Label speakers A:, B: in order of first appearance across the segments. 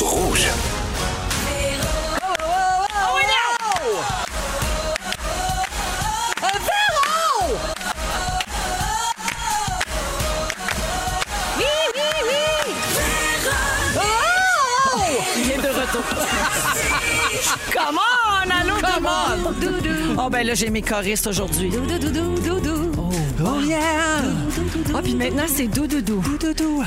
A: Rouge.
B: Come on, allô Come on. Oh ben là, j'ai mes choristes aujourd'hui. Oh yeah! Ah, puis maintenant, c'est doudou. Doudou.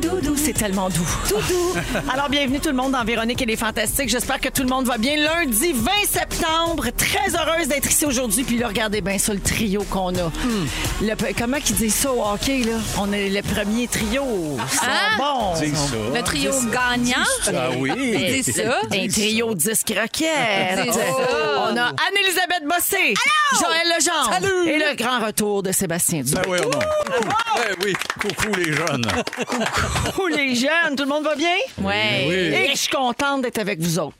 B: Doudou, c'est tellement doux. Alors, bienvenue tout le monde dans Véronique et les Fantastiques. J'espère que tout le monde va bien. Lundi 20 septembre, très heureuse d'être ici aujourd'hui. Puis là, regardez bien ça, le trio qu'on a. Le pe- comment qu'ils disent ça au hockey, là? On est le premier trio. C'est bon.
A: Dis ça.
C: Le trio gagnant.
A: Ah oui.
C: C'est ça.
B: Un trio disque roquette.
C: C'est ça.
B: On a Anne-Élisabeth Bossé, Joël Legendre et le grand retour de Sébastien Dubé.
A: Ben oui, non. Ben oui. Coucou les jeunes.
B: Coucou les jeunes, tout le monde va bien?
C: Ouais.
A: Oui.
B: Et je suis contente d'être avec vous autres.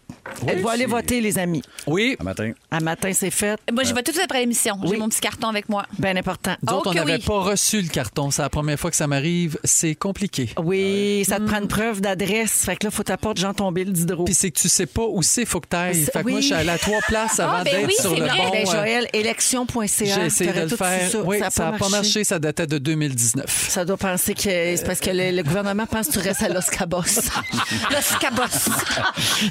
B: Êtes-vous allez voter, les amis?
D: Oui.
A: Un matin.
B: À matin, c'est fait.
C: Moi, je vais tout de suite après l'émission. J'ai
B: Oui.
C: mon petit carton avec moi.
B: Bien important.
D: Nous autres,
C: Oh
D: on
C: que
D: n'avait
C: oui.
D: pas reçu le carton. C'est la première fois que ça m'arrive. C'est compliqué.
B: Oui, ça te prend une preuve d'adresse. Fait que là, faut t'apporter Jean Tombé le Diderot.
D: Puis c'est que tu sais pas où c'est, faut que t'ailles.
B: C'est-
D: Fait que
B: oui.
D: moi, je suis allée à trois places avant
C: Ah, ben
D: d'être
C: oui,
D: sur
C: c'est
D: le
C: vrai.
D: bon.
B: Ben,
D: euh,
B: Joël, élection.ca.
D: J'ai essayé de
B: T'aurais
D: le
B: tout
D: faire.
B: su Ça.
D: oui,
B: ça a
D: ça n'a pas marché. Ça datait de 2019.
B: Ça doit penser que c'est parce que le, le gouvernement pense que tu restes à Los Cabos.
C: Là, c'est cabosse.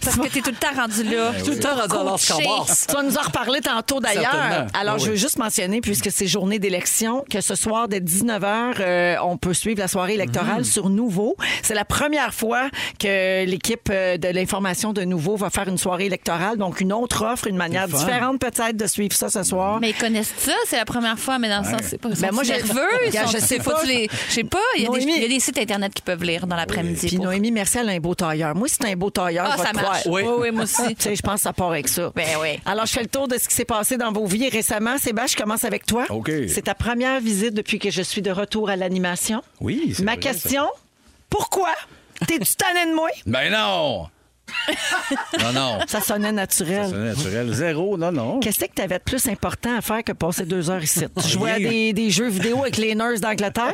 C: Parce que t'es tout le temps rendu là.
D: Ben Tout le temps rendu à Las Cabas.
B: Tu vas nous en reparler tantôt d'ailleurs.
D: Certainement.
B: Alors,
D: Oui,
B: je veux
D: oui.
B: juste mentionner, puisque c'est journée d'élection, que ce soir, dès 19h, euh, on peut suivre la soirée électorale
D: Mm-hmm.
B: sur Nouveau. C'est la première fois que l'équipe euh, de l'information de Nouveau va faire une soirée électorale. Donc, une autre offre, une manière
D: fun.
B: différente peut-être de suivre ça ce soir.
C: Mais ils connaissent ça, c'est la première fois, mais dans le sens, c'est pas.
B: Ben,
C: Ben
B: moi,
C: moi,
B: je-
C: nerveux. Ils
B: Regarde,
C: sont-
B: je sais
C: faut
B: pas.
C: que tu les- Je sais pas. Il y, a des,
B: Noémie.
C: il y a des sites Internet qui peuvent lire dans l'après-midi.
B: Puis
C: pour-
B: Noémie, merci, elle a un beau tailleur. Moi, c'est un beau tailleur.
C: Ah,
B: je vais
C: ça
B: te
C: marche.
B: croire.
C: Oui, oui, moi aussi.
B: Tu sais, je pense que ça part avec ça.
C: Ben oui.
B: Alors, je fais le tour de ce qui s'est passé dans vos vies récemment. Sébastien, je commence avec toi.
A: OK.
B: C'est ta première visite depuis que je suis de retour à l'animation.
A: Oui, c'est
B: Ma
A: vrai,
B: question, pourquoi t'es-tu tanné de moi?
A: Ben non. non, non.
B: Ça sonnait naturel.
A: C'est naturel. Zéro, non, non.
B: Qu'est-ce que t'avais de plus important à faire que passer deux heures ici? Tu jouais à
A: Rien.
B: des, des jeux vidéo avec les nurses d'Angleterre?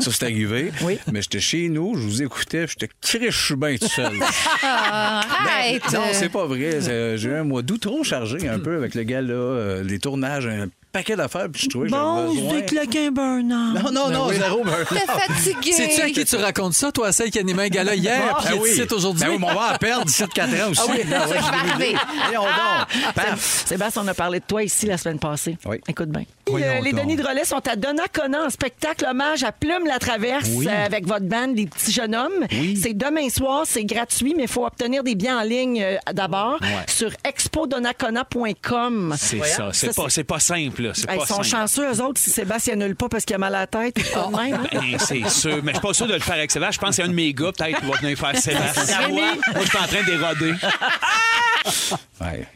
A: Ça, c'est arrivé.
B: Oui.
A: Mais j'étais chez nous, je vous écoutais, puis j'étais criche bien tout seul.
C: Ah, arrête.
A: non, c'est pas vrai. C'est- euh, J'ai eu un mois d'août trop chargé un peu avec le gars-là, euh, les tournages, un paquet d'affaires, puis je trouvais que j'avais
B: Bon,
A: besoin.
B: j'ai claqué un burn-out.
A: Non, non, non, zéro, ben
C: T'es fatigué.
D: C'est-tu à qui tu racontes ça, toi, à celle qui animait un gala hier, puis
A: Ah
D: qui est
A: oui.
D: ici aujourd'hui?
A: Ben oui, mais on va en perdre d'ici de 4 ans aussi.
C: Ah oui,
A: Ben
C: ça, je vais arriver.
A: Et on dort. Paf!
B: Sébastien, on a parlé de toi ici la semaine passée.
A: Oui.
B: Écoute bien.
D: Voyons
B: Euh, les
D: donc.
B: Denis de Relais sont à Donnacona en spectacle hommage à Plume la Traverse euh, avec votre band Les Petits Jeunes Hommes. C'est demain soir, c'est gratuit, mais il faut obtenir des biens en ligne euh, d'abord sur expodonnacona.com.
E: C'est ça.
B: Ça,
E: C'est pas, c'est pas simple. là. C'est
B: Hey,
E: pas
B: ils sont
E: simple.
B: chanceux, eux autres, si Sébastien annule pas parce qu'il a mal à la tête. ou quoi de même. hein?
E: Ben, c'est sûr. Mais je suis pas sûr de le faire avec Sébastien. Je pense qu'il y a un de mes gars, peut-être, qui va venir faire Sébastien.
B: Rémi.
E: Moi, je suis en train d'éroder.
A: Ouais.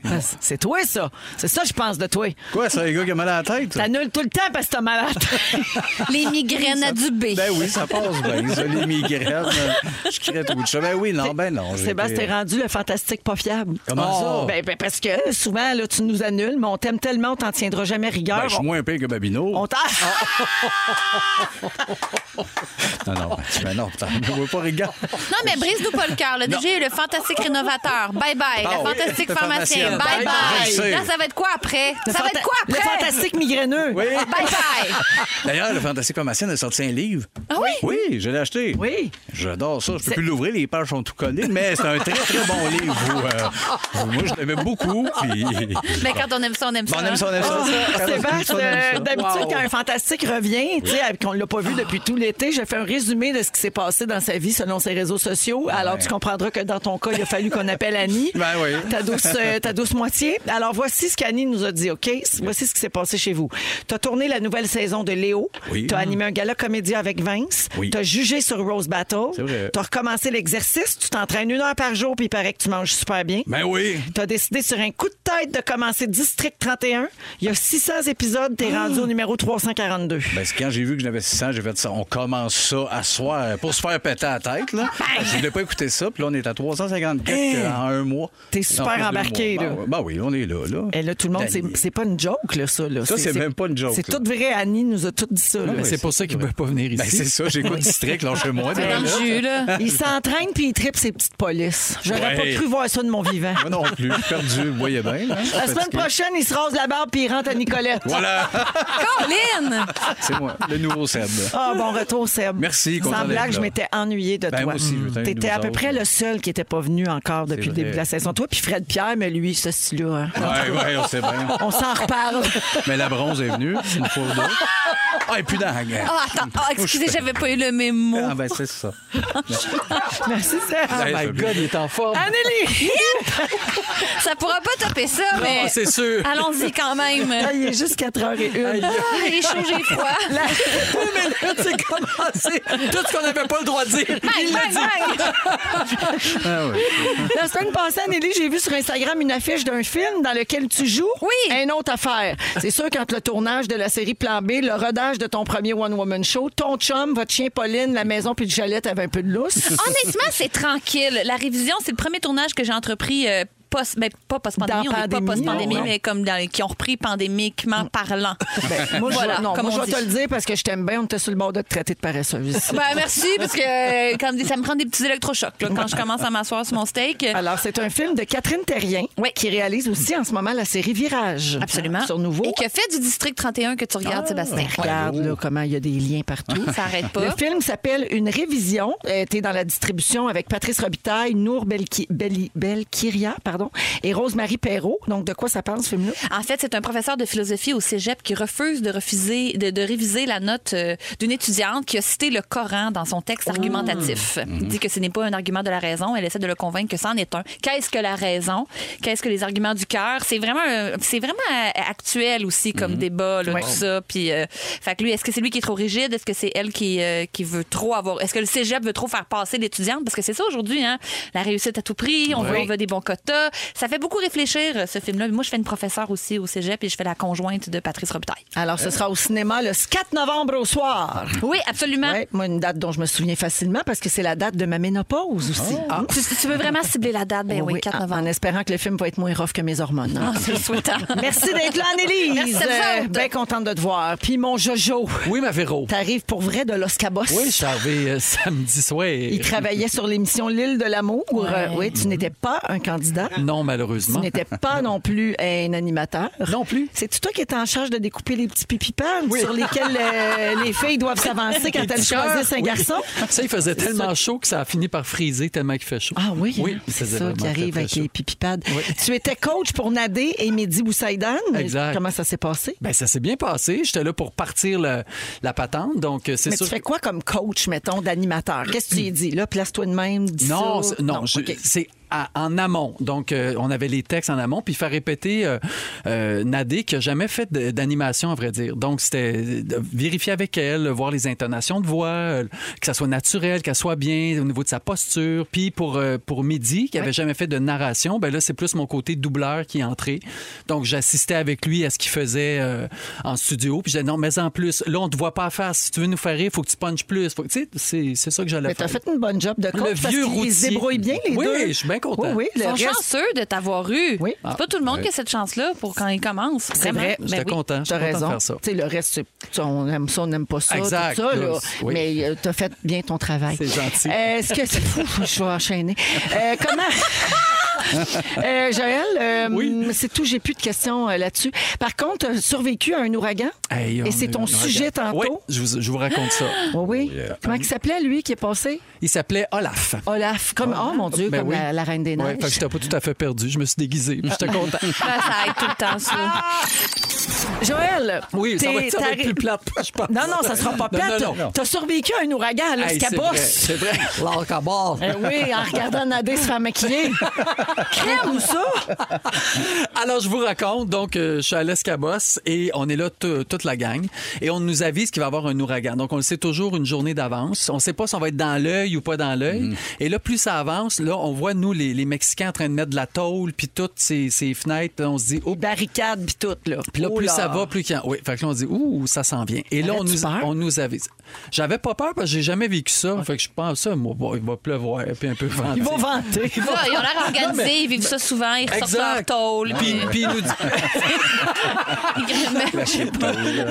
B: C'est toi, ça. C'est ça, je pense, de toi.
A: Quoi, c'est un gars qui a mal à la tête? ça?
B: T'annules tout le temps parce que t'as mal à la tête.
C: Les migraines à Dubé.
A: Ben oui, ça passe bien. Ça, les migraines, euh, je crée tout de ça. Ben oui, non, ben non. j'ai
B: Sébastien,
A: été-
B: t'es rendu le fantastique pas fiable.
C: Oh.
A: Comment ça?
B: Ben, ben, parce que souvent, là, tu nous annules, mais on t'aime tellement, on t'en tiendra jamais rigueur.
A: Ben, je suis moins pire que Babino.
B: on on t'a-
C: Ah,
A: Non, non, ben non, putain, ne vois pas regarder.
C: Non, mais brise-nous pas le cœur. là. Déjà, il y a eu le fantastique rénovateur. Bye-bye.
A: Ah
C: le
A: oui.
C: fantastique
A: Le
C: pharmacien.
A: pharmacien. Je le
C: Bye-bye.
A: sais.
C: Là, ça va être quoi après?
B: Le
C: ça va être
B: fanta-
C: quoi après?
B: Le fantastique migraineux.
A: Oui.
C: Ah, ben- Bye-bye.
A: D'ailleurs, le Fantastique Pharmacien a sorti un livre.
C: Ah oui?
A: Oui, je l'ai acheté.
B: Oui.
A: J'adore ça. Je peux plus l'ouvrir, les pages sont tout collées, mais c'est un très, très bon livre. Vous, euh, moi, je l'aimais beaucoup. Puis...
C: Mais quand on aime ça, on aime
A: Bon,
C: ça. hein.
A: on aime ça, on aime ça. ça. Quand on aime ça, on aime
B: Sébastien,
A: ça.
B: euh, d'habitude, quand un fantastique revient, tu sais, avec- qu'on ne l'a pas vu depuis tout l'été, je fais un résumé de ce qui s'est passé dans sa vie selon ses réseaux sociaux. Alors, tu comprendras que dans ton cas, il a fallu qu'on appelle Annie.
A: Ben oui.
B: ta douce, euh, ta douce moitié. Alors, voici ce qu'Annie nous a dit, OK? Voici ce qui s'est passé chez vous. Tu as tourné la nouvelle saison de Léo.
A: Oui. Mm.
B: Tu as animé un gala comédien avec Vince.
A: Oui.
B: Tu as jugé sur Rose Battle.
A: C'est vrai.
B: Tu as recommencé l'exercice. Tu t'entraînes une heure par jour, puis il paraît que tu manges super bien.
A: Ben oui.
B: Tu as décidé sur un coup de tête de commencer District 31. Il y a 600 épisodes, tu es
A: Ah.
B: rendu au numéro 342.
A: Ben, c'est quand j'ai vu que j'avais 600, j'ai fait ça. On commence ça à soir pour se faire péter la tête. Là. Je voulais pas écouter ça. Puis là, on est à 354 en un mois.
B: T'es
A: Non,
B: super
A: pas deux
B: embarqué,
A: mois.
B: là.
A: Ben, ben oui, on est là. là.
B: Et Eh, là, tout le monde,
A: Ben,
B: c'est- c'est pas une joke, là, ça. là.
A: Ça, c'est même pas une joke,
B: C'est
A: là.
B: tout vrai. Annie nous a tout dit ça. là.
D: Ben, c'est pour ça qu'ils ne peuvent pas venir
A: Ah ben, c'est
D: ici.
A: ça, j'écoute District, là, chez moi.
C: C'est dans le
A: là.
C: jus, là.
B: Il s'entraîne puis il tripe ses petites polices. J'aurais
A: Ouais.
B: pas cru voir ça de mon vivant.
A: Moi non plus, perdu, vous voyez bien. là.
B: La semaine prochaine, il se rase la barbe puis il rentre à Nicolette.
A: Voilà,
C: Colin!
A: c'est moi, le nouveau Seb.
B: Ah, bon retour, Seb.
A: Merci, content
B: Sans
A: d'être
B: blague,
A: là.
B: je m'étais ennuyé de
A: Ben,
B: toi.
A: moi aussi, je veux t'ennuyer de
B: T'étais à
A: nous
B: peu
A: autres.
B: près le seul qui était pas venu encore depuis le
A: vrai. Ah.
B: début de la saison. Toi, puis Fred Pierre, mais lui, ce style-là. hein.
A: Ouais, ouais, on sait bien.
B: On s'en reparle.
A: Mais la bronze est venue, une fois ou deux. Ah, et puis dans la gang.
C: Ah, attends, ah, excusez, j'avais pas eu le même mot.
A: Ah, ben c'est ça.
B: Merci, Seb.
D: Oh my God, il est en forme.
B: Ah. Anneli!
C: Ça pourra pas taper ça, mais.
D: c'est sûr.
C: Allons-y quand même.
B: Ah, Il est juste 4h01.
C: Ah, j'ai chaud, j'ai froid.
D: Deux minutes, c'est commencé. Tout ce qu'on n'avait pas le droit de dire.
C: Bang, bang, bang.
A: Ah, oui.
B: La semaine passée, Anneli, j'ai vu sur Instagram une affiche d'un film dans lequel tu joues.
C: Oui.
B: Un autre affaire. C'est sûr qu'entre le tournage de la série Plan B, le rodage de ton premier One Woman Show, ton chum, votre chien Pauline, la maison puis le chalet avaient un peu de lousse.
C: Honnêtement, c'est tranquille. La révision, c'est le premier tournage que j'ai entrepris. euh, Post, ben, pas
B: Dans
C: post-pandémie, on n'est pas
B: pandémie,
C: post-pandémie,
B: non, non.
C: mais comme dans- qui ont repris pandémiquement parlant.
B: Ben, moi, je-
C: Voilà,
B: non,
C: comme
B: moi,
C: on
B: je vais
C: dit.
B: te le dire parce que je t'aime bien. On était sur le bord de te traiter de paresseuse ici.
C: Ben, merci, parce que euh, quand, ça me prend des petits électrochocs là, quand je commence à m'asseoir sur mon steak.
B: Alors, c'est un film de Catherine Terrien
C: Oui.
B: qui réalise aussi en ce moment la série Virage.
C: Absolument.
B: Sur Nouveau. Ah,
C: Et que Oh. fait du district 31 que tu regardes, Sébastien?
B: Regarde là, comment il y a des liens partout.
C: Ça arrête pas.
B: Le film s'appelle Une révision. Euh, T'es dans la distribution avec Patrice Robitaille, Nour Belki- Beli- Belkiria pardon, et Rosemary Perrault. Donc, de quoi ça parle, ce film-là?
C: En fait, c'est un professeur de philosophie au cégep qui refuse de, refuser, de, de réviser la note euh, d'une étudiante qui a cité le Coran dans son texte argumentatif. Il dit que ce n'est pas un argument de la raison. Elle essaie de le convaincre que c'en est un. Qu'est-ce que la raison? Qu'est-ce que les arguments du cœur? C'est vraiment, un- c'est vraiment euh, actuel aussi comme
B: Mhm.
C: débat, là, tout ça. Puis, euh, fait que lui, est-ce que c'est lui qui est trop rigide? Est-ce que c'est elle qui, euh, qui veut trop avoir. Est-ce que le cégep veut trop faire passer l'étudiante? Parce que c'est ça aujourd'hui, hein? La réussite à tout prix, on, veut, on veut des bons quotas. Ça fait beaucoup réfléchir, euh, ce film-là. Moi, je fais une professeure aussi au cégep et je fais la conjointe de Patrice Robitaille.
B: Alors, ce sera au cinéma le 4 novembre au soir.
C: Oui, absolument.
B: Ouais, moi, une date dont je me souviens facilement parce que c'est la date de ma ménopause aussi. Ah.
C: Tu, tu veux vraiment cibler la date? Ben oui,
B: Oui,
C: 4
B: en- En
C: novembre.
B: espérant que le film va être moins rough que mes hormones. hein.
C: Ah, c'est le souhaitant.
B: Merci d'être là, Annelise. Euh, ben,
C: Merci à vous autres.
B: Bien contente de te voir. Puis mon Jojo,
D: Oui, ma Véro.
B: t'arrives pour vrai de Los Cabos.
D: Oui, je suis arrivé euh, samedi soir.
B: Il travaillait sur l'émission L'île de l'amour. Euh, Oui,
D: Mm-hmm.
B: tu n'étais pas un candidat.
D: Non,
B: Tu
D: malheureusement.
B: n'étais pas non plus un animateur.
D: Non plus.
B: C'est toi qui étais en charge de découper les petits pipipanes sur lesquels euh, les filles doivent s'avancer quand elles choisissent un
D: Oui.
B: garçon.
D: Ça, il faisait tellement chaud que ça a fini par friser tellement qu'il fait chaud.
B: Ah oui,
D: Oui,
B: c'est
D: faisait
B: ça
D: vraiment
B: qui
D: très,
B: arrive
D: très
B: avec
D: chaud.
B: les pipipanes.
D: Oui.
B: Tu étais coach pour Nadé et Mehdi Boussaïdan.
D: Exact.
B: Comment ça s'est passé?
D: Ben, ça s'est bien passé. J'étais là pour partir le- la patente. Donc, euh, c'est
B: Mais
D: sûr.
B: tu fais quoi comme coach, mettons, d'animateur? Qu'est-ce que tu lui dis? Là, place-toi de même, dis
D: Non,
B: ça.
D: c'est- non, je-
B: OK.
D: c'est à- en amont. Donc, euh, on avait les textes en amont, puis faire répéter euh, euh, Nadé qui n'a jamais fait de- d'animation, à vrai dire. Donc, c'était euh, de vérifier avec elle, voir les intonations de voix, euh, que ça soit naturel, qu'elle soit bien au niveau de sa posture. Puis pour, euh, pour Midi, qui n'avait jamais fait de narration, ben là, c'est plus mon côté doubleur qui est entré. Donc, j'assistais avec lui à ce qu'il faisait euh, en studio. Puis j'ai dit, non, mais en plus, là, on ne te voit pas à face. Si tu veux nous faire rire, il faut que tu punches plus. Faut que- Tu sais, c'est- c'est ça que j'allais
B: Mais
D: faire.
B: t'as fait une bonne job de coach
D: Le
B: parce
D: vieux
B: qu'ils se
D: routier.
B: débrouillent bien, les
D: Oui,
B: deux.
D: je suis bien content.
B: Oui, oui,
C: Ils
B: le
C: sont
B: reste,
C: chanceux de t'avoir eu.
B: Oui. Ah.
C: C'est pas tout le monde qui a cette chance-là pour quand ils commencent.
B: C'est
C: Vraiment.
B: vrai.
C: Ben
D: J'étais
C: oui.
B: T'as
D: content. J'étais content
B: raison.
D: de faire ça.
B: Tu sais, le reste, c'est- tu sais, on aime ça, on n'aime pas ça,
D: Exact,
B: tout ça.
D: là,
B: là.
D: oui.
B: Mais euh, t'as fait bien ton travail.
D: C'est gentil.
B: Euh, Est-ce que c'est fou? Je vais enchaîner. Euh, comment... Euh, Joël, euh,
D: Oui.
B: c'est tout, j'ai plus de questions euh, là-dessus. Par contre, t'as survécu à un ouragan
D: Hey, on
B: et c'est
D: a
B: ton
D: eu un
B: sujet
D: ouragan.
B: tantôt. Oh
D: Oui, je vous, je vous raconte ça.
B: Oui, oui. Comment il s'appelait, lui, qui est passé?
D: Il s'appelait Olaf.
B: Olaf. Comme, oh mon Dieu,
D: Ben
B: comme
D: oui.
B: la, la Reine des
D: Ouais, fait que
B: Neiges.
D: j'étais pas tout à fait perdu. Je me suis déguisé. J'étais content.
C: Ah, ça aide tout le temps, ça.
B: Ah! Joël,
D: Oui, ça va,
B: t'es-
D: être- ça va être
B: t'arri-
D: plus plate, je pense.
B: Non, non, ça sera pas
D: Non,
B: plate.
D: non, non.
B: T'as survécu à un ouragan à Euh, Los
D: Hey, c'est
B: Cabos.
D: vrai, c'est vrai. L'alcabor.
B: Eh oui, en regardant Nadé se faire maquiller. Crème, ça!
D: Alors, je vous raconte, donc, euh, je suis à l'Escabos et on est là t- toute la gang et on nous avise qu'il va y avoir un ouragan. Donc, on le sait toujours une journée d'avance. On ne sait pas si on va être dans l'œil ou pas dans l'œil. Et là, plus ça avance, là, on voit, nous, les, les Mexicains en train de mettre de la tôle puis toutes ces, ces fenêtres. On se dit, oh,
B: Barricade, puis tout, là.
D: puis là, plus
B: Oula.
D: ça va, plus qu'il y en- Oui, fait que là, on dit, ouh, ça s'en vient. Et là, on
B: Avais-tu
D: nous,
B: peur?
D: on nous avise. J'avais pas peur parce que j'ai jamais vécu ça. Fait que je pense ça, moi, bon, il va pleuvoir, puis un peu venter.
B: Ils vont vanter.
C: Ouais, Ah, ils ont l'air organisés,
D: mais-
C: ils vivent ça souvent, ils ressortent leur
D: Exact.
C: tôle.
D: Puis, puis ils nous disent-
C: Ils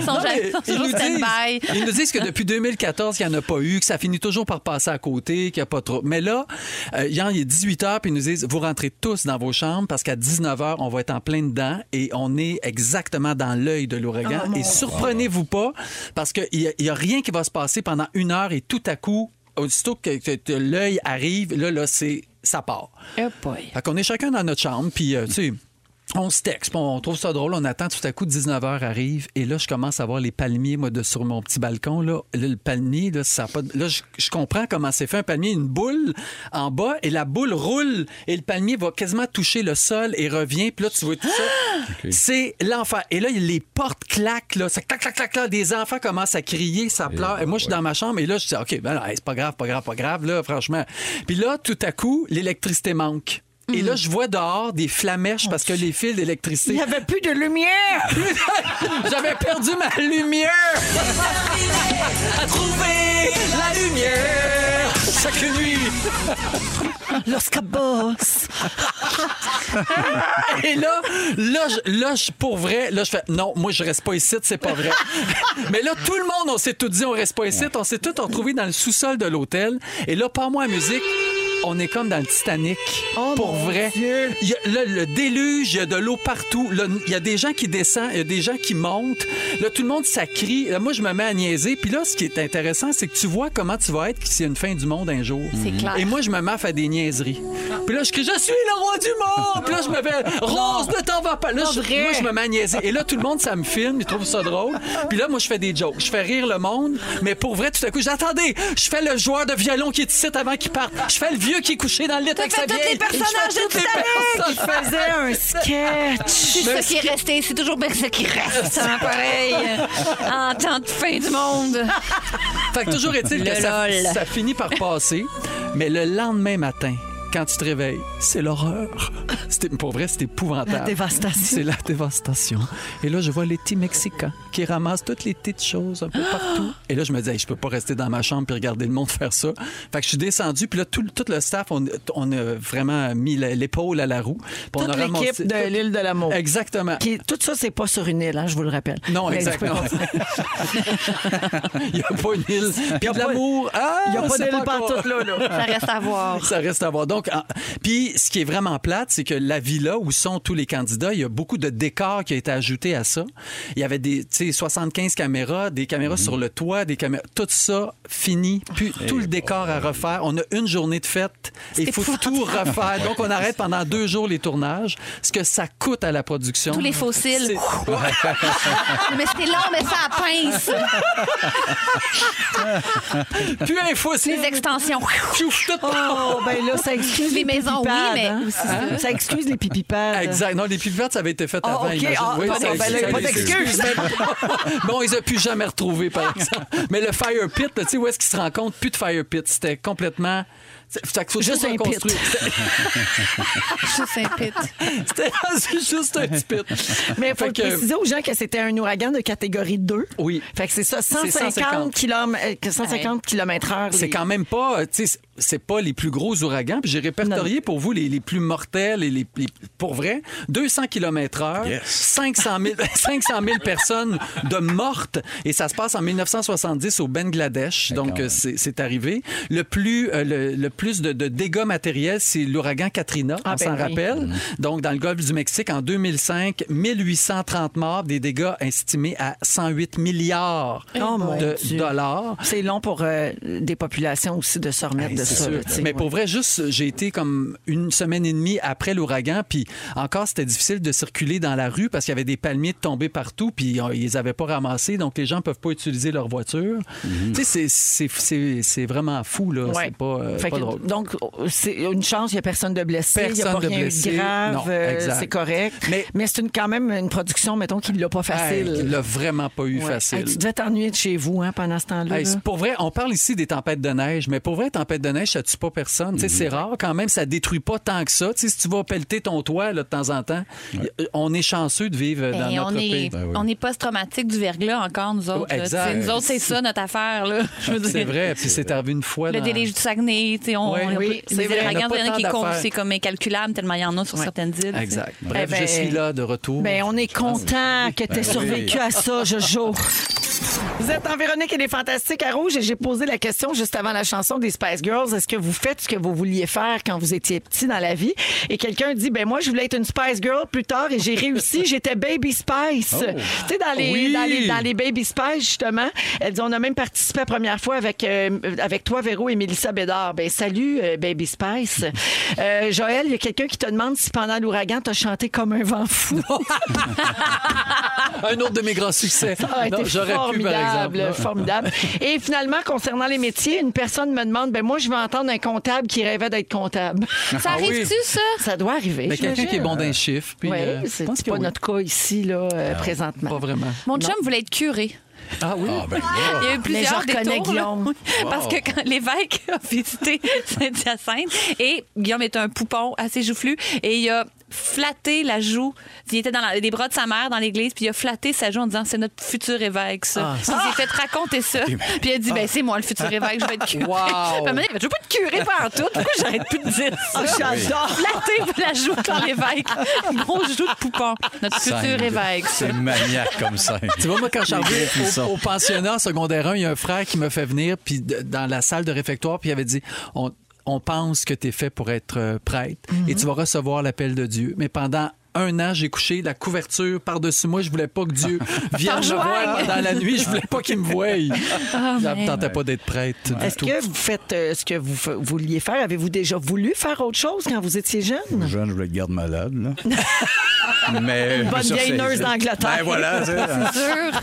C: sont
D: Non,
C: jamais-
D: mais
C: ils sont
D: ils,
C: toujours
D: nous
C: stand-by.
D: disent, ils nous disent que depuis 2014, il n'y en a pas eu, que ça finit toujours par passer à côté, qu'il n'y a pas trop. Mais là, euh, Jean, il est 18 h puis ils nous disent vous rentrez tous dans vos chambres parce qu'à 19 h on va être en plein dedans et on est exactement dans l'œil de l'ouragan. et surprenez-vous pas parce qu'il n'y a, rien qui va se passer pendant une heure et tout à coup, aussitôt que, que- que l'œil arrive, là, là, c'est. Ça part.
C: Oh boy.
D: Fait qu'on est chacun dans notre chambre, puis euh, tu sais. On se texte, puis on trouve ça drôle, on attend tout à coup 19h arrive et là je commence à voir les palmiers moi de sur mon petit balcon là, Là, le palmier là ça a pas de- là je, je comprends comment c'est fait un palmier une boule en bas et la boule roule et le palmier va quasiment toucher le sol et revient puis là tu vois tout ça. C'est l'enfer et là les portes claquent là, ça clac clac clac clac, des enfants commencent à crier, ça pleure et moi je suis dans ma chambre et là je dis OK, ben là, hey, c'est pas grave, pas grave, pas grave là franchement. Puis là tout à coup, l'électricité manque. Et là, je vois dehors des flamèches parce que les fils
B: Mm. Oh, Il
D: d'électricité.
B: n'y avait plus de lumière!
D: J'avais perdu ma lumière! À trouver la lumière chaque nuit!
B: Los Cabos!
D: Et là, là, je- là, je- pour vrai, là, je fais non, moi, je reste pas ici, c'est pas vrai. Mais là, tout le monde, on s'est tout dit, on reste pas ici, on s'est tout retrouvé dans le sous-sol de l'hôtel. Et là, par moi, la musique. On est comme dans le Titanic, pour vrai. Il y a- là, le déluge, il y a de l'eau partout. Là, il y a des gens qui descendent, il y a des gens qui montent. Là, tout le monde, ça crie. Là, moi, je me mets à niaiser. Puis là, ce qui est intéressant, c'est que tu vois comment tu vas être s'il y a une fin du monde un jour. Mhm.
C: C'est clair.
D: Et moi, je me mets à faire des niaiseries. Puis là, je crie, je suis le roi du monde! Puis là, je me fais, Rose, ne t'en vas pas! Là, je, moi, je me mets à niaiser. Et là, tout le monde, ça me filme, ils trouvent ça drôle. Puis là, moi, je fais des jokes. Je fais rire le monde, mais pour vrai, tout à coup, j'attendais! Je fais le joueur de violon qui est ici avant qu'il parte. Je fais le vieux qui est couché dans le lit avec
B: fais
D: sa
B: tous
D: vieille.
B: les personnages
D: Je
B: de
D: fais toutes les
B: Titanic!
D: personnes.
B: faisait un sketch!
C: C'est ce qui est resté, c'est toujours bien ce qui reste. hein, pareil. euh, En temps de fin du monde.
D: Fait que toujours est-il que
C: Le
D: ça,
C: lol.
D: ça finit par passer. Mais le lendemain matin, quand tu te réveilles, c'est l'horreur. C'était- Pour vrai, c'est épouvantable.
B: La dévastation.
D: C'est la dévastation. Et là, je vois les petits Mexicains qui ramassent toutes les petites choses un peu
B: Ah!
D: partout. Et là, je me dis, Hey, je peux pas rester dans ma chambre puis regarder le monde faire ça. Fait que je suis descendu, puis là, tout, le- tout le staff, on, on a vraiment mis la- l'épaule à la roue. Puis on
B: Toute
D: a ramassé-
B: l'équipe de l'île de l'amour.
D: Exactement.
B: Qui- tout ça, c'est pas sur une île, hein, je vous le rappelle.
D: Non,
B: Mais
D: exactement.
B: tu peux pas-
D: Il n'y a pas une île. Puis de
B: pas-
D: l'amour. Ah,
B: Il n'y a pas
D: c'est
B: d'île
D: encore-
B: pantoute là, là.
C: Ça reste à voir.
D: Ça reste à voir. Donc, en- puis ce qui est vraiment plate, c'est que la villa où sont tous les candidats, il y a beaucoup de décors qui a été ajouté à ça. Il y avait des, tu sais, 75 caméras, des caméras sur le toit, des caméras, tout ça fini, puis tout le décor à refaire. On a une journée de fête et il faut tout refaire. Donc, on arrête pendant deux jours les tournages, ce que ça coûte à la production.
C: Tous les fossiles.
D: C'est-
C: Mais c'était long, mais ça à pince.
D: Puis un fossile.
C: Les extensions.
D: Piouf, tout
B: Oh, ben là, ça excuse
C: Les
B: les,
C: maisons, oui,
B: pipipades,
C: mais
B: hein.
C: aussi
B: Hein? Ça excuse les pipipads.
D: Ah, Exact. Non, les pivotes, ça avait été fait
B: Euh, Ah,
D: avant.
B: OK.
D: imagine.
B: Ah,
D: Oui,
B: bon,
D: ça-
B: ben là,
D: ça-
B: y a pas
D: ça-
B: d'excuse.
D: bon, ils ont plus jamais retrouvé, par exemple. Mais le fire pit, là, tu sais, où est-ce qu'ils se rencontrent? Plus de fire pit. C'était complètement. c'est- fait qu'il faut
B: Juste
D: tout
B: un pit.
D: reconstruire.
C: Juste un pit.
D: C'était rendu juste un petit pit.
B: Mais il faut
D: Fait que- euh,
B: préciser aux gens que c'était un ouragan de catégorie 2.
D: Oui.
B: Fait que c'est ça,
D: C'est
B: 150
D: 150.
B: km, 150 km heure.
D: C'est quand même pas, euh, tu sais, c'est- c'est pas les plus gros ouragans. Puis j'ai répertorié pour vous les, les plus mortels et les, les- pour vrai, 200 km/h,
A: Yes.
D: 500 000 500 000 personnes de mortes et ça se passe en 1970 au Bangladesh. Donc euh, c'est c'est arrivé. Le plus euh, le, le plus de, de dégâts matériels, c'est l'ouragan Katrina,
B: Ah,
D: on
B: ben
D: s'en
B: oui.
D: rappelle. Donc dans le golfe du Mexique en 2005, 1830 morts, des dégâts estimés à 108 milliards
B: Oh, mon
D: de
B: Dieu.
D: dollars.
B: C'est long pour euh, des populations aussi de se remettre
D: Hey,
B: de
D: c'est
B: ça.
D: sûr.
B: là, tu sais,
D: Mais
B: ouais.
D: pour vrai, juste, j'ai été comme comme une semaine et demie après l'ouragan, puis encore, c'était difficile de circuler dans la rue parce qu'il y avait des palmiers tombés partout, puis euh, ils les avaient pas ramassés, donc les gens peuvent pas utiliser leur voiture. Tu sais, c'est- c'est- c'est c'est vraiment fou, là.
B: Mhm. Ouais.
D: C'est pas, euh,
B: Fait
D: pas
B: que-
D: drôle.
B: Donc, c'est une chance, il n'y a personne de blessé. Il n'y a
D: Personne
B: pas
D: de
B: rien
D: blessé.
B: de grave.
D: Non,
B: euh,
D: exact.
B: c'est correct. Mais,
D: Mais-
B: c'est une- quand même une production, mettons, qui ne l'a pas facile.
D: Hey, il l'a vraiment pas eu
B: Ouais.
D: facile.
B: Hey, tu devais t'ennuyer de chez vous hein, pendant ce temps-là.
D: Hey,
B: là.
D: c'est pour vrai, on parle ici des tempêtes de neige, mais pour vrai, tempête de neige, ça tue pas personne. Tu sais,
B: Mhm.
D: C'est rare quand même, ça détruit pas tant que ça. Tu sais, si tu vas pelleter ton toit là, de temps en temps, y- euh, on est chanceux de vivre dans
C: Et on,
D: notre
C: est,
D: pays.
A: Ben oui.
C: on est post-traumatique du verglas encore, nous autres.
D: Oh,
C: là.
D: exact.
C: Tu sais, Nous autres, c'est ça notre affaire. Là. Je veux
D: C'est
C: dire,
D: vrai, puis c'est arrivé une fois.
C: Le
D: dans-
C: déluge du Saguenay, tu sais, on,
D: Ouais.
C: on a pas-
D: Oui, c'est
C: les
D: vrai.
C: ouragans,
D: On a
C: il y en a
D: pas
C: qui
D: tant
C: comptent,
D: d'affaires.
C: c'est comme incalculable, tellement il y en a sur certaines îles. tu sais.
D: Exact. Bref,
B: Eh ben-
D: je suis là de retour.
B: Ben, on est content que tu aies survécu à ça, Jojo. Vous êtes en Véronique et les Fantastiques à Rouge et j'ai posé la question juste avant la chanson des Spice Girls. Est-ce que vous faites ce que vous vouliez faire quand vous étiez petit dans la vie? Et quelqu'un dit, ben moi, je voulais être une Spice Girl plus tard et j'ai réussi. J'étais Baby Spice. Tu sais, dans les,
D: Oh. Oui.
B: dans, les, dans les Baby Spice, justement, elle dit, on a même participé la première fois avec, euh, avec toi, Véro et Mélissa Bédard. Ben salut, euh, Baby Spice. Euh, Joël, il y a quelqu'un qui te demande si pendant l'ouragan, t'as chanté comme un vent fou.
D: Un autre de mes grands succès.
B: Ça aurait
D: Non,
B: été
D: J'aurais pu, par
B: Ah, formidable,
D: exemple.
B: formidable. Et finalement, concernant les métiers, une personne me demande, ben moi, je vais entendre un comptable qui rêvait d'être comptable.
C: Ça
D: Ah oui.
C: arrive-tu, ça?
B: Ça doit arriver.
D: Mais quelqu'un qui est bon d'un chiffre. puis,
B: Oui,
D: euh,
B: c'est
D: je pense
B: pas
D: que oui.
B: notre cas ici, là, euh, présentement.
D: Pas vraiment.
C: Mon chum voulait être curé.
D: Ah oui?
A: Ah, ben là.
C: Il y a eu plusieurs
B: je reconnais
C: détours, là.
B: Guillaume.
C: Parce que quand l'évêque a visité Saint-Hyacinthe, et Guillaume est un poupon assez joufflu, et il a flatté la joue. Il était dans la- les bras de sa mère dans l'église, puis il a flatté sa joue en disant c'est notre futur évêque,
B: Ah.
C: ça. Puis il s'est fait raconter ça. Puis il a dit ben c'est moi le futur évêque, je vais être curé.
D: Wow.
C: Puis à un moment donné, il a dit, je veux pas être curé par tout. Pourquoi j'arrête plus de dire ça?
B: Ah,
C: Flatter la joue quand l'évêque. Gros joue de poupon. Notre futur
A: Cinq.
C: évêque, ça.
A: C'est maniaque comme ça.
D: Tu vois, moi, quand
A: Les
D: j'arrivais
A: gars qui
D: au,
A: sortent.
D: au pensionnat en secondaire 1, il y a un frère qui me fait venir puis de- dans la salle de réfectoire, puis il avait dit on, on pense que tu es fait pour être euh, prêtre et tu vas recevoir l'appel de Dieu. Mais pendant un an, j'ai couché la couverture par-dessus moi. Je voulais pas que Dieu vienne me
C: T'en
D: voir
C: joigne.
D: dans la nuit. Je voulais pas qu'il me voie. Ça me tentait pas d'être prêtre du
B: Est-ce
D: tout.
B: que vous faites euh, ce que vous fa- vouliez faire? Avez-vous déjà voulu faire autre chose quand vous étiez jeune?
A: Jeune, je voulais être garde malade, là. Mais
B: Une bonne
A: ça,
B: vieille
A: c'est-
B: nurse d'Angleterre.
A: Ben voilà, tu sais.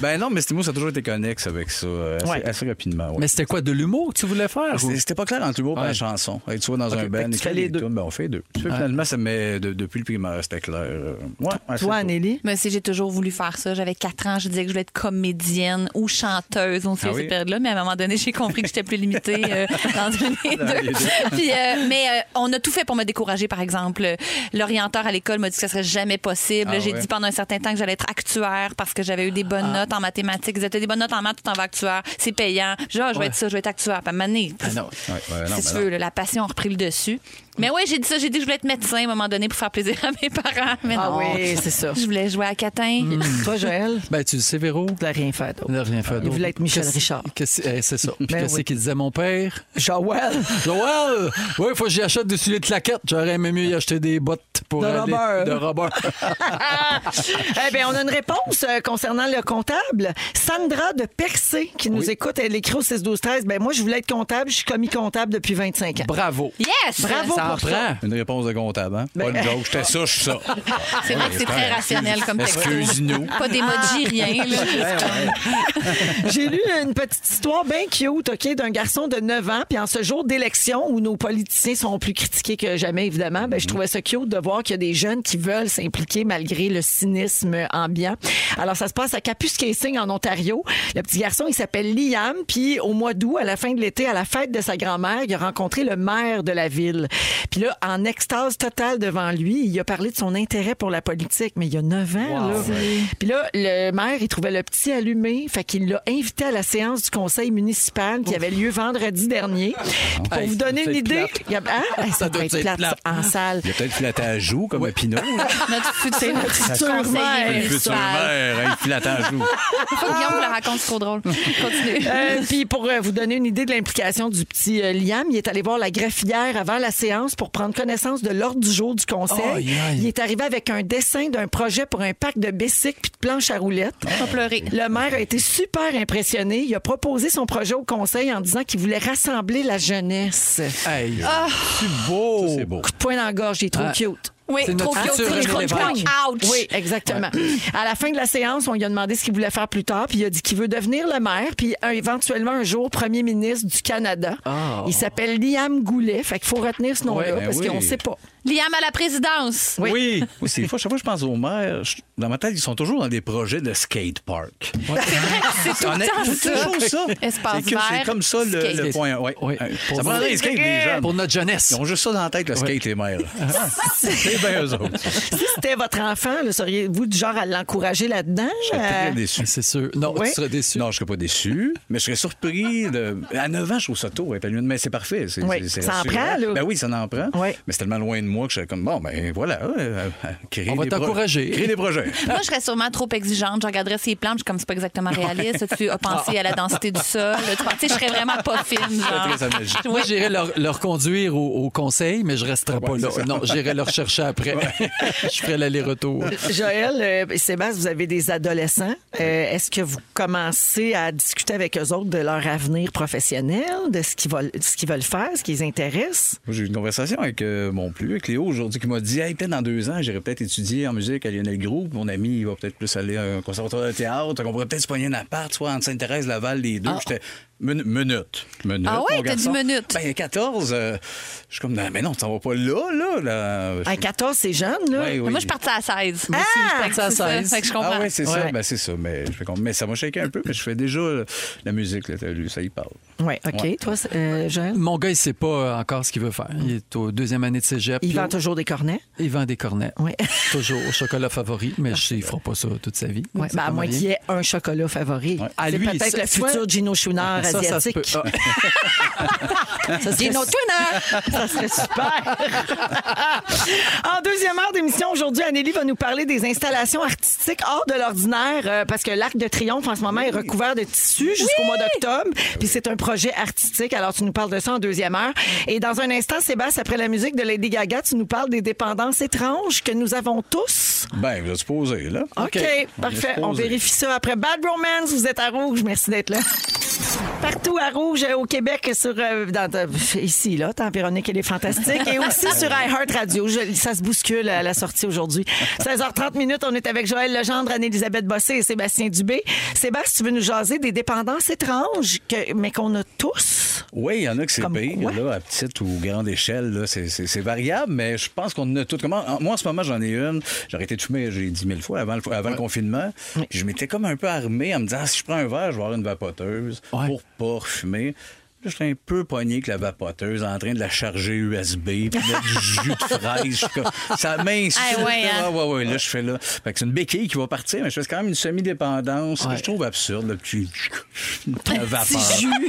A: Ben non, mais c'était- moi, ça a toujours été connexe avec ça, euh, assez,
B: Ouais.
A: assez rapidement. ouais.
D: Mais c'était quoi, de l'humour que tu voulais faire?
A: C'était c'était pas clair entre l'humour et
D: Ouais.
A: la chanson. Et tu vois, dans un
B: fait que tu
A: band,
B: fais
A: écrire
B: les
A: des
B: deux.
A: tunes, ben on fait deux. Tu sais, Finalement, ça met de- depuis le primaire, c'était clair. euh, Ouais, assez tôt.
B: Toi, Anélie?
C: Mais si j'ai toujours voulu faire ça. J'avais 4 ans, je disais que je voulais être comédienne ou chanteuse. On sait
A: Ah oui?
C: ces périodes-là, mais à un moment donné, j'ai compris que j'étais plus limitée euh, dans une et deux.
A: les deux.
C: Puis, euh, mais euh, on a tout fait pour me décourager, par exemple. L'orienteur à l'école m'a dit que ça serait jamais possible.
A: Ah
C: j'ai
A: ouais. Ah.
C: dit pendant un certain temps que j'allais être actuaire parce que j'avais eu des bonnes notes en mathématiques. Ils étaient des bonnes notes en maths, tout en vas actuaire. C'est payant. Je dis, Ah, je vais être ça, je vais être actuaire. Puis à un moment donné,
D: non.
A: Ouais, ouais, Ah non,
C: si tu
A: ben
C: veux, là, la passion a repris le dessus. Mais oui, j'ai dit ça, j'ai dit que je voulais être médecin à un moment donné pour faire plaisir à mes parents. Mais
B: Ah
C: non.
B: oui, c'est ça.
C: Je voulais jouer à Catin.
B: Toi, Joël, tu
D: Ben, tu le sais, Véro.
B: voulais rien faire d'autre.
D: Ne rien faire
B: Il voulait
D: d'autre.
B: être Michel
D: Qu'est-ce-
B: Richard.
D: qu'est-ce- eh, C'est ça. Puis
B: Ben
D: qu'est-ce
B: oui.
D: qu'il disait mon père?
B: Joël!
D: Joël! Oui, il faut que j'y achète des souliers de claquettes. J'aurais aimé mieux y acheter des bottes pour
B: De
D: aller-
B: Robert.
D: de Robert.
B: Eh bien, on a une réponse euh, concernant le comptable. Sandra de Percé, qui nous écoute, elle écrit au 6-12-13. Ben, moi, je voulais être comptable. Je suis commis comptable depuis 25 ans.
D: Bravo.
C: Yes!
B: Bravo
D: Ça en
B: pour ça.
D: prend.
A: Une réponse de comptable, hein?
B: Ben.
A: Pas une joke. J'étais ça, je suis ça.
C: C'est vrai que c'est très rationnel comme texte.
A: Excuse-nous.
C: Pas d'emoji, rien. là.
B: J'ai lu une petite histoire bien cute, OK, d'un garçon de 9 ans. Puis en ce jour d'élection où nos politiciens sont plus critiqués que jamais, évidemment, ben, je trouvais ça cute de voir qu'il y a des jeunes qui veulent s'impliquer malgré le cynisme ambiant. Alors, ça se passe à Kapuskasing, en Ontario. Le petit garçon, il s'appelle Liam. Puis au mois d'août, à la fin de l'été, à la fête de sa grand-mère, il a rencontré le maire de la ville. Puis là, en extase totale devant lui, il a parlé de son intérêt pour la politique. Mais il y a 9 ans, là. Puis là, le maire, il trouvait le petit allumé. Fait qu'il l'a invité à la séance du conseil municipal qui avait lieu vendredi dernier. Puis pour
D: Hey,
B: vous donner
D: ça
B: une
D: doit être
B: idée,
D: plate.
B: il y a- hein? ça
D: doit
B: doit être
D: être
B: plate, ça, en salle.
A: Il a peut-être filaté à joue comme un pinot. là.
C: Notre futur
B: futur
C: conseiller
B: maire.
A: Le futur
C: municipal.
A: maire, hein, il filatait à joue.
C: Faut que Guillaume vous le raconte, c'est trop drôle. Continue.
B: Euh, Puis pour euh, vous donner une idée de l'implication du petit euh, Liam, il est allé voir la greffière avant la séance séance pour prendre connaissance de l'ordre du jour du conseil.
D: Aïe, aïe.
B: Il est arrivé avec un dessin d'un projet pour un pack de bicycles puis de planches à roulettes.
C: Pas pleurer.
B: Le maire a été super impressionné. Il a proposé son projet au conseil en disant qu'il voulait rassembler la jeunesse.
D: Hey,
B: Ah,
D: c'est beau.
A: C'est beau.
B: Coup de poing dans la gorge, il est trop
D: Ah.
B: cute.
C: Oui,
D: C'est notre
B: Ah,
C: trop cute.
D: futur
C: c'est
D: René
C: le crunch,
D: Lévesque.
C: crunch. Ouch.
B: Oui, exactement. À la fin de la séance, on lui a demandé ce qu'il voulait faire plus tard, puis il a dit qu'il veut devenir le maire, puis un- éventuellement un jour premier ministre du Canada.
D: Ah.
B: Il s'appelle Liam Goulet, fait qu'il faut retenir ce nom-là
A: Ouais, ben
B: parce
A: oui.
B: qu'on ne sait pas.
C: Liam à la présidence.
A: Oui. Oui, c'est fou. Chaque fois que je pense aux maires, je- dans ma tête, ils sont toujours dans des projets de skate park.
C: C'est tout
A: On
C: le
A: est
C: temps
A: c'est toujours
C: ça.
A: ça.
C: Espace
A: C'est que-
C: vert,
A: C'est comme ça le,
C: skate.
A: le point. Ouais.
D: Oui.
A: Euh,
D: Pour
A: Ça prend
D: nous.
A: des skates des jeunes.
D: Pour notre jeunesse.
A: Ils ont juste ça dans la tête, le skate, les maires.
D: Ah,
A: c'est bien eux autres.
B: Si c'était votre enfant, là, seriez-vous du genre à l'encourager là-dedans?
A: Je serais
B: Euh,
A: très déçu.
D: C'est sûr. Non,
B: Oui.
D: tu serais déçu.
A: Non, je serais pas déçu, mais je serais surpris. De... À 9 ans, je trouve ça tôt. être à l'une, Mais c'est parfait. c'est-
B: Oui,
A: c'est- c'est
B: ça en
A: rassurant.
B: prend, là.
A: Ben oui, ça en prend.
B: Oui.
A: Mais c'est tellement loin de moi que je serais comme, bon, ben voilà, euh, euh, euh, créer
D: On va
A: des pro-
D: t'encourager.
A: Créer des projets.
C: Moi, je serais sûrement trop exigeante. Je regarderais ses plans, je suis comme c'est pas exactement réaliste. Tu as pensé à la densité du sol. Tu penses, tu sais, je serais vraiment pas fine. genre.
A: Très amusant.
D: Moi, j'irais leur, leur conduire au, au conseil, mais je resterai pas là. Non, j'irai leur chercher après. je ferai l'aller-retour.
B: Joël euh, et Sébastien, vous avez des adolescents. Euh, Est-ce que vous commencez à discuter avec eux autres de leur avenir professionnel, de ce qu'ils veulent, ce qu'ils veulent faire, ce qui les intéresse?
A: Moi, J'ai eu une conversation avec euh, mon plus, avec Léo aujourd'hui, qui m'a dit Hey, peut-être dans deux ans, j'irai peut-être étudier en musique à Lionel Groupe. Mon ami, il va peut-être plus aller à un conservatoire de théâtre. On pourrait peut-être se pogner un appart, soit entre Sainte-Thérèse, Laval, les deux. J'étais Min- minute. Minute.
C: Ah ouais,
A: mon
C: t'as dit
A: garçon.
C: minute.
A: Ben, 14. euh, je suis comme, Non, mais non, t'en vas pas là, là. là.
C: Ah,
B: À 14, c'est jeune, là.
A: Ouais,
C: Mais
A: oui.
C: Moi, je partais à 16. Moi
B: Ah!
C: je partais
D: à
C: à 16.
D: 16.
C: Fait que je comprends.
A: Ah ouais, c'est ça.
B: Ouais.
A: Ben, c'est ça. Mais, je fais comme, mais ça m'a shaké un peu, mais je fais déjà euh, la musique, là, t'as lu, ça y parle.
B: Oui, OK.
A: Ouais.
B: Toi, c'est- euh, Joël?
D: Mon gars, il sait pas encore ce qu'il veut faire. Il est au deuxième année de cégep.
B: Il
D: Puis
B: vend
D: au-
B: toujours des cornets.
D: il vend des cornets.
B: Oui.
D: Toujours au chocolat favori, mais je sais, il fera pas ça toute sa vie.
B: Ouais,
D: Ça
B: ben, à
D: tombe
B: moins
D: bien.
B: qu'il ait un chocolat favori.
D: À
B: C'est
D: lui,
B: peut-être
D: ça-
B: le
D: soit-
B: futur Gino Schooner
D: Ça, ça se peut.
B: asiatique.
D: Ah.
B: Ça serait- Ça serait super. en deuxième heure d'émission aujourd'hui, Anélie va nous parler des installations artistiques hors de l'ordinaire euh, parce que l'Arc de Triomphe en ce moment est recouvert de tissu jusqu'au mois d'octobre. Puis c'est un projet artistique. Alors tu nous parles de ça en deuxième heure. Et dans un instant, Sébastien, après la musique de Lady Gaga, tu nous parles des dépendances étranges que nous avons tous.
A: Ben, vous êtes supposé, là.
B: OK, parfait. On vérifie ça après. Bad Romance, vous êtes à Rouge. Merci d'être là. Partout à Rouge, euh, au Québec, sur, euh, dans, euh, ici, là, tant Véronique, elle est fantastique. Et aussi sur iHeart Radio. Je- ça se bouscule à la sortie aujourd'hui. 16h30 minutes, on est avec Joël Legendre, Anne-Elisabeth Bossé et Sébastien Dubé. Sébastien, tu veux nous jaser des dépendances étranges, que- mais qu'on a tous?
A: Oui, il y en a que c'est
B: Comme
A: pire,
B: quoi?
A: là, à petite ou grande échelle. là, c'est- C'est c'est variable, mais je pense qu'on en a toutes. Comment, en- moi, en ce moment, j'en ai une. J'ai arrêté de fumer, j'ai dit mille fois avant le, avant le confinement. Je m'étais comme un peu armé en me disant Ah, si je prends un verre, je vais avoir une vapoteuse
D: Ouais.
A: pour pas refumer. Là, J'étais un peu pogné avec la vapoteuse en train de la charger USB, puis mettre du jus de fraise. Je suis comme, Ça m'insulte.
C: Ah ouais, hein?
A: Ah ouais, ouais, là, je fais là. Fait que c'est une béquille qui va partir, mais je fais quand même une semi-dépendance que je trouve absurde. Le petit, la vapeur.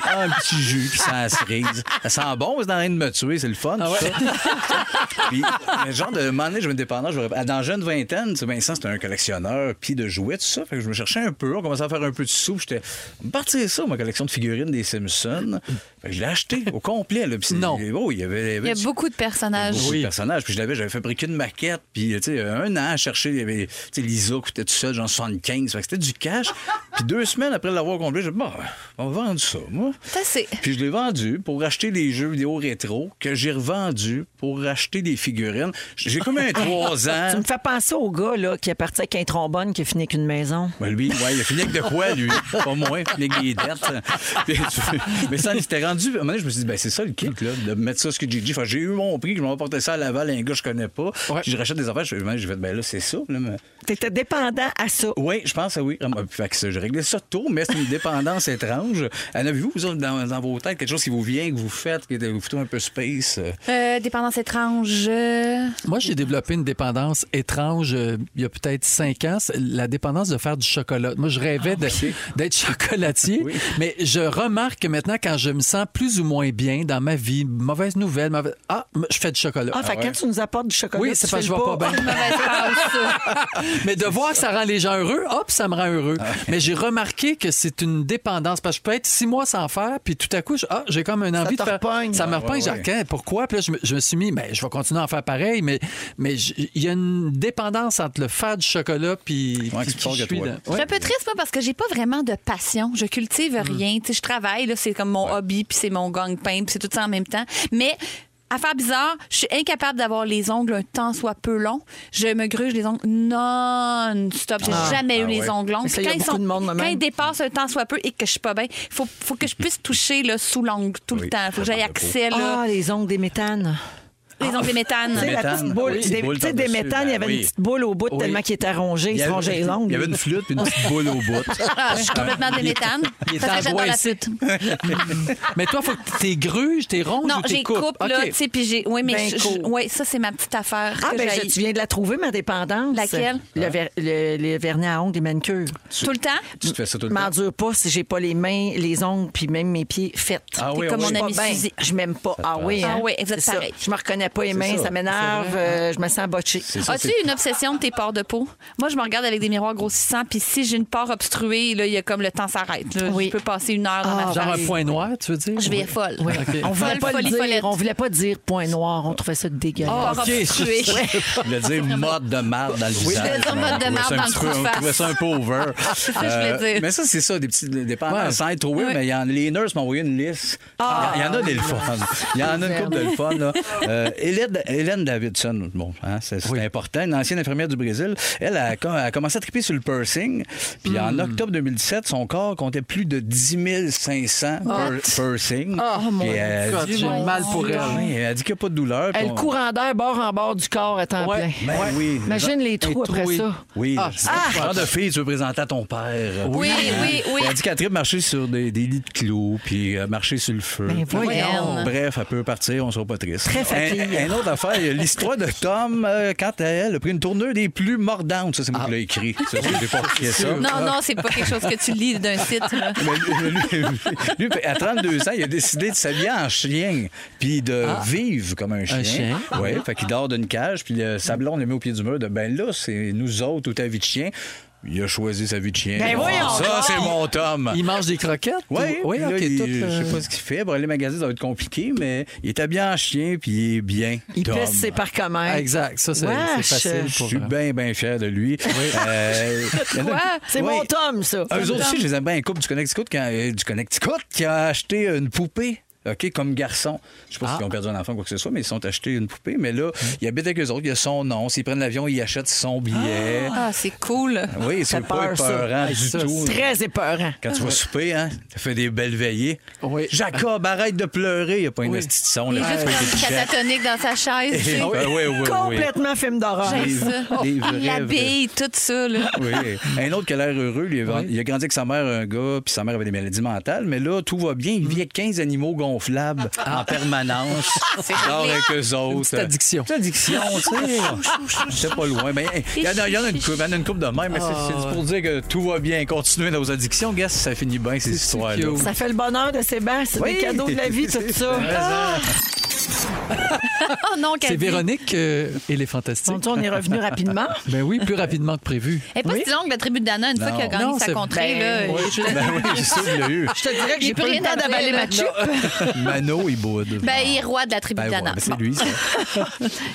A: Ah, un petit jus qui sent la cerise. Ça sent bon, c'est en train de me tuer, c'est le fun.
D: Ah
A: tout ça. Puis, le genre de moment donné, je me dépendais, je me rappelle, dans jeune vingtaine, tu sais, ben, Vincent, c'était un collectionneur, puis de jouets, tout ça. Fait que je me cherchais un peu, on commençait à faire un peu de sous. puis J'étais, on va partir ça, ma collection de figurines des Simpsons. Fait que je l'ai acheté au complet. Là, puis c'est-
D: Non.
A: Oh, il y avait,
C: Il y a
A: du-
C: beaucoup de personnages.
A: oui. personnage. Puis je l'avais, j'avais fabriqué une maquette. Puis, tu sais, un an à chercher, il y avait, tu sais, l'ISO coûtait tout seul, genre 75. Fait que c'était du cash. Puis deux semaines après l'avoir complet, j'ai dit, bon, on va vendre ça, moi.
C: Ça, c'est.
A: Puis je l'ai vendu pour acheter les jeux vidéo rétro que j'ai revendu pour acheter des figurines. J'ai comme un 3 ans.
B: Tu me fais penser au gars là, qui est parti avec un trombone qui a fini avec une maison.
A: Ben, lui, ouais, il a fini avec de quoi, lui? Pas moi, il a fini avec des dettes. Puis tu- Mais ça, il s'était rendu. À un moment donné, je me suis dit, ben, c'est ça le kick, là, de mettre ça ce que Gigi. Enfin, j'ai eu mon prix, je m'en portais ça à Laval, à un gars, que je connais pas.
D: Ouais.
A: Puis je rachète des affaires, je fais, j'ai fait, ben là, c'est ça. là, mais-
B: T'étais dépendant à ça.
A: Oui, je pense, ah oui. Ah, ben, Fait que ça, j'ai réglé ça tôt, mais c'est une dépendance étrange. En avez-vous, vous autres, dans, dans vos têtes, quelque chose qui vous vient, que vous faites, que vous foutez un peu space? euh?
C: Euh, dépendance étrange. euh,
D: Moi, j'ai développé une dépendance étrange euh, il y a peut-être cinq ans, c'est la dépendance de
B: Ah,
D: faire du chocolat. Moi, je rêvais de- d'être chocolatier, mais je remarque que maintenant, quand je me sens plus ou moins bien dans ma vie, mauvaise nouvelle, mauvaise... ah, m- je fais du chocolat.
B: Ah, fait que quand tu nous apportes du chocolat,
D: oui,
B: tu
D: c'est parce que je
B: fais le
D: vois
B: pas.
D: pas bien. Mais de voir que ça rend les gens heureux, hop, ça me rend heureux. Mais j'ai remarqué que c'est une dépendance. Parce que je peux être six mois sans faire, puis tout à coup, je- ah, j'ai comme une envie
F: te
D: de faire.
F: repogne.
D: Ça me
F: Ouais,
D: repogne.
A: ouais,
D: J'ai dit, Ah, pourquoi? Puis là, je me, je me suis mis, mais je vais continuer à en faire pareil. Mais mais j- il y a une dépendance entre le faire du chocolat puis.
A: Ouais, qui
D: puis qui je
A: se
D: suis
A: forge à toi.
D: dans-
C: Je suis
D: Ouais.
C: un peu triste, moi, parce que j'ai pas vraiment de passion. Je cultive rien. Tu sais, je travaille, là, c'est comme mon hobby, puis c'est mon gang-pain, puis c'est tout ça en même temps. Mais. Affaire bizarre, je suis incapable d'avoir les ongles un temps soit peu long. Je me gruge les ongles non-stop. J'ai jamais eu
A: Ah
C: les
A: ouais.
C: ongles longs.
B: Mais ça, il y a
C: Quand ils
B: beaucoup
C: sont-
B: de monde de même.
C: quand ils dépassent un temps soit peu et que je suis pas bien, faut, faut que je puisse toucher là, sous l'ongle tout le
A: Oui,
C: temps. Faut que
A: ça
C: j'aille
A: parle de peau.
C: accès là,
B: Ah, les ongles des méthanes.
C: les ongles des méthanes.
B: Tu sais, la
A: Méthane.
B: petite boule.
A: Oui,
B: des,
A: boule
B: tu sais, des
A: par-dessus. ben
B: méthanes, il y avait
A: Oui.
B: une petite boule au bout
D: Oui.
B: tellement qu'il était rongé. Il se rongeait les ongles.
A: il y avait une flûte puis une petite boule au bout.
C: Ah, je suis complètement des méthanes.
D: il est
C: Parce que j'adore la
D: angoissé.
C: flûte.
D: Mais toi, faut que t'es gruge, t'es ronge
C: Non,
D: ou t'es
C: j'ai
D: coupe.
C: coupe, là,
D: OK.
C: tu sais, puis j'ai. Oui, mais
B: Ben
C: je- je-
B: coupe.
C: ouais, ça, c'est ma petite affaire.
B: Ah,
C: que
B: ben,
C: j'haïs.
B: je- tu viens de la trouver, ma dépendance.
C: Laquelle?
B: Le, ver- le- le vernis à ongles, les manucures.
C: Tout le temps?
A: Hein? tu te fais ça tout le temps.
B: M'endure pas si j'ai pas les mains, les ongles, puis même mes pieds faits.
A: Ah oui,
B: T'es
A: ah
B: comme
A: oui.
B: mon
C: Je
B: ami
C: suis pas bien.
B: Suzy. Je m'aime pas. Ah oui,
C: Ah
B: hein?
C: oui, vous êtes
B: C'est ça.
C: pareil.
B: Je me reconnais pas les mains,
A: ça.
B: ça m'énerve, euh, je me sens botchée.
A: C'est ça,
C: As-tu
A: c'est-
C: une obsession de tes pores de peau? Moi, je me regarde avec des miroirs grossissants, puis si j'ai une pore obstruée, là, il y a comme le temps s'arrête. là.
B: Oui.
C: Je peux passer une heure dans
B: Ah,
C: ma
D: Genre
C: face.
D: un point noir, tu veux dire?
C: Je vais
D: Oui.
C: folle.
B: Oui.
D: OK.
B: On voulait
C: Folle,
B: pas
C: folie,
B: le dire.
C: follette.
B: On voulait pas dire point noir. On trouvait ça dégueulasse.
C: Pore
D: OK.
C: obstruée.
A: Il a dit mode de marde dans le visage.
C: je voulais dire mode de
A: On trouvait
C: marde
A: ça un
C: dans
A: petit
C: le
A: peu-
C: trou de
A: On trouvait
C: face.
A: ça un peu over. Euh,
C: C'est ça que je voulais dire.
A: mais ça, c'est ça, des petits dépendants.
D: Ouais.
A: Sans être weird, mais il y en- les nurses m'ont envoyé une liste.
C: Ah.
A: Il y, en a des le fun. Il y en a une couple de le fun. là. Euh, Hélène, Hélène Davidson, bon, hein, c'est c'est important, une ancienne infirmière du Brésil, elle a, co- a commencé à triper sur le piercing. Puis
C: Hmm.
A: en octobre 2017, son corps comptait plus de 10 500 pier- piercings.
B: Oh, mon
A: Puis elle
D: God,
A: dit-
D: j'ai mal pour elle.
A: Ouais, elle dit qu'il n'y a pas de douleur.
B: Oh.
A: puis
F: Elle
A: on-
F: court en d'air, bord en bord du corps à temps
D: Ouais.
F: plein.
A: Ben oui.
F: Imagine les trous
D: trou,
F: après
D: oui.
F: ça.
A: Oui.
D: Ah,
A: c'est le genre de fille, tu veux présenter à ton père. Hein? Ben,
C: Oui, oui, oui.
A: Elle dit qu'elle tripe marcher sur des, des lits de clous, puis euh, marcher sur le feu.
B: Ben voyons.
A: Bref, elle peut partir, on sera pas triste.
B: Très fatiguée.
A: Un, un autre affaire, il y a l'histoire de Tom, euh, quant à elle, a pris une tournure des plus mordantes. Ça, c'est moi
B: Ah.
A: qui l'ai écrit. Ça, je l'ai pas écrit ça.
C: Non, non, c'est pas quelque chose que tu lis d'un site. là.
A: Mais lui, lui- lui, à 32 ans, il a décidé de s'habiller en chien, puis de vivre comme un chien.
D: Ah. chien.
A: Oui, fait qu'il dort d'une cage, puis le sablon, on le met au pied du mur, de ben là, c'est nous autres ou ta vie de chien. Il a choisi sa vie de chien.
B: Ben voyons
A: ça, c'est mon Tom.
D: Il mange des croquettes?
A: Ouais,
D: oui,
A: puis là,
D: OK.
A: il-
D: tout,
A: Je sais
D: euh,
A: pas ce qu'il fait. Pour aller magasiner, ça va être compliqué, mais il est habillé en chien, puis il est bien.
B: Il
A: Tom.
B: pèse ses parcomètres.
D: Exact, ça, c'est c'est
B: Wesh.
D: facile
A: Je
D: pour... euh,
A: suis bien, bien fier de lui. Euh, il y en a-
B: Quoi? C'est
A: Ouais.
B: mon tome, ça.
A: Ah, Eux autres aussi, je les aime bien. Un couple du Connecticut, qui a, euh, du Connecticut qui a acheté une poupée. OK, comme garçon. Je sais pas s'ils ont perdu un enfant ou quoi que ce soit, mais ils se sont achetés une poupée. Mais là, il habite avec eux autres, il a son nom. S'ils prennent l'avion, ils achètent son billet.
C: Ah, c'est cool.
A: Oui, c'est pas
B: peur, ça.
A: épeurant du
D: ça,
A: tout.
B: Très épeurant.
A: Quand tu vas souper, hein, tu fais des belles veillées.
D: Oui.
A: Jacob, arrête de pleurer. Il n'y a pas une petite son.
C: Il
A: là,
C: est
A: tu
C: juste
A: fais
C: comme
A: des chèques.
C: catatonique dans sa chaise. tu sais.
A: Ah oui, oui, oui, oui.
B: Complètement film d'horreur.
C: J'aime
A: Des-
C: ça.
A: des vrais,
C: Il l'habille, tout ça. là.
A: Oui. Un autre qui a l'air heureux, lui, il a- il a grandi avec sa mère, un gars, puis sa mère avait des maladies mentales, mais là, tout va bien. Il vit avec 15 animaux gonflables en permanence. Il dort avec eux autres.
D: petite addiction.
A: Une petite addiction, tu sais. C'est pas loin. Mais hey, il y, en a- il y en a une coupe, il y en a une coupe de même, mais c'est- c'est juste pour dire que tout va bien. Continuez nos addictions, gars, ça finit bien, ces histoires-là.
D: cute.
B: Ça fait le bonheur de Sébastien,
A: Oui.
B: des cadeaux de la vie, tout ça. Ah!
C: Oh non,
D: C'est
C: Cathy.
D: Véronique euh, et les Fantastiques.
B: Mon Dieu, on est revenu rapidement.
D: Ben oui, plus rapidement que prévu.
C: Elle est pas si longue, la tribu de Dana, une fois
A: Non.
C: qu'il Eh, a gagné
D: Non,
C: sa
D: c'est-
C: contrée.
B: Ben,
C: là,
B: oui.
C: je-
A: Ben oui, c'est ça qu'il a eu.
B: Je te dirais que
C: Il
B: j'ai
C: peut
B: pas eu
C: rien
B: le temps
C: dire,
B: d'avaler
C: là.
B: ma chip.
A: Mano, il boude.
C: Ben, il est roi de la tribu
A: Ben
C: de
A: ouais,
C: Dana.
A: ben c'est lui, ça.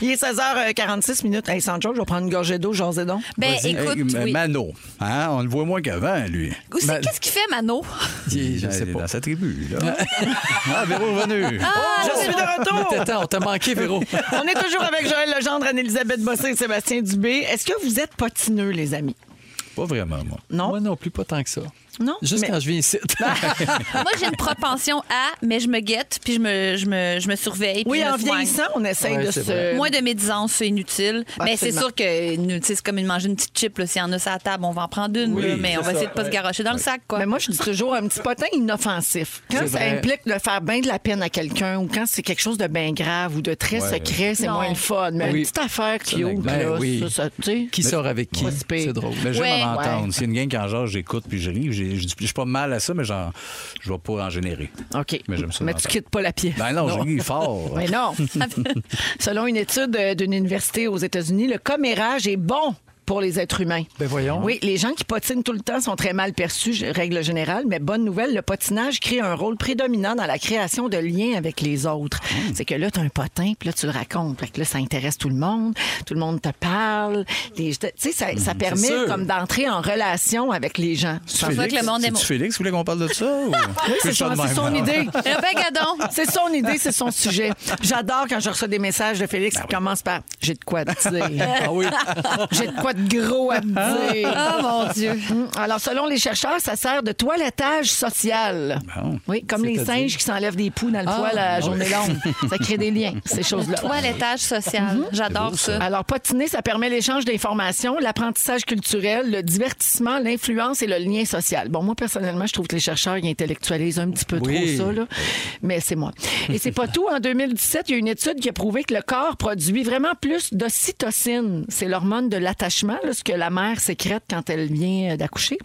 B: Il est 16h46 minutes. Hey, Sancho, je vais prendre une gorgée d'eau, j'en donc.
C: Ben,
A: Vas-y. euh,
C: écoute,
A: Hey,
C: oui.
A: Mano, hein, on le voit moins qu'avant, lui.
C: Où c'est-
D: Ben-
C: Qu'est-ce qu'il fait, Mano?
D: Il- Je
A: Il
D: sais
A: est
D: pas.
A: Dans sa tribu, là. ah, Véro est revenu.
B: Je suis de
D: T'es
B: retour.
D: temps, on t'a manqué, Véro.
B: On est toujours avec Joël Legendre, Anne-Elisabeth Bossé et Sébastien Dubé. Est-ce que vous êtes potineux, les amis?
A: Oh, Pas vraiment, moi.
B: Non?
D: Moi non plus, pas tant que ça.
B: Non?
D: Juste
B: Mais-
D: quand je viens ici.
C: Moi, j'ai une propension à, mais je me guette, puis je me, je me, je me surveille. puis
B: Oui,
C: je me
B: en
C: soigne.
B: vieillissant, on essaye
D: Ouais,
B: de
D: c'est
B: se.
C: Moins de médisance, c'est inutile. Mais c'est
B: Absolument.
C: sûr que nous, tu sais, c'est comme une manger une petite chip. là. S'il y en a sur la table, on va en prendre une, là, mais on va essayer de pas se garrocher dans le sac. quoi.
B: Mais moi, je dis toujours un petit potin inoffensif. Quand
D: C'est
B: ça
D: vrai.
B: implique de faire bien de la peine à quelqu'un ou quand c'est quelque chose de bien grave ou de très secret, c'est
C: Non.
B: moins le fun. Mais
D: Oui.
B: une petite affaire cute,
D: anecdote.
B: là,
D: Ben oui.
B: ça, ça, tu sais.
D: Qui sort avec qui?
B: Pas si pire.
D: C'est drôle.
A: Mais j'aime
C: Ouais.
A: à m'entendre.
B: Ouais.
A: C'est une gang qui en jase, j'écoute puis je lis. j'ai- je dis- je suis pas mal à ça, mais j'en- je vais pas en générer.
B: OK.
A: Mais j'aime ça
B: Mais
A: dans
B: tu
A: ça.
B: quittes pas la pièce.
A: Ben non, j'ai eu fort.
B: Mais non. Selon une étude euh, d'une université aux États-Unis, le commérage est bon pour les êtres humains.
D: Ben voyons.
B: Oui, les gens qui potinent tout le temps sont très mal perçus, g- règle générale, mais bonne nouvelle, le potinage crée un rôle prédominant dans la création de liens avec les autres.
D: Hmm.
B: C'est que là, tu as un potin, puis là, tu le racontes. Fait que là, ça intéresse tout le monde, tout le monde te parle. Les- Tu sais, ça, ça permet
D: Hmm, sûr.
B: comme d'entrer en relation avec les gens.
A: C'est
C: pas que le monde aime-
A: C'est-tu Félix, vous voulez qu'on parle de ça? ou- Je
B: C'est
A: fais ça
B: son,
A: de
B: c'est
A: même,
B: son
A: non?
B: idée.
C: Rebecca Gadon.
B: C'est son idée, c'est son sujet. J'adore quand je reçois des messages de Félix qui commencent par J'ai de quoi te dire.
D: Ah oui.
B: J'ai de quoi de gros à te dire.
C: Oh mon Dieu.
B: Hum, Alors, selon les chercheurs, ça sert de toilettage social.
A: Bon.
B: Oui, comme les
D: C'est-à-dire?
B: singes qui s'enlèvent des poux dans le poil à la journée longue. Ça crée des liens, ces choses-là.
C: Toilettage social.
B: Mhm.
C: J'adore ça.
B: Alors, patiner, ça permet l'échange d'informations, l'apprentissage culturel, le divertissement, l'influence et le lien social. Bon, moi, personnellement, je trouve que les chercheurs ils intellectualisent un petit peu
D: Oui.
B: trop ça, là. mais c'est moi. Et c'est pas tout. En 2017, il y a une étude qui a prouvé que le corps produit vraiment plus d'ocytocine. C'est l'hormone de l'attachement, là, ce que la mère sécrète quand elle vient euh, d'accoucher.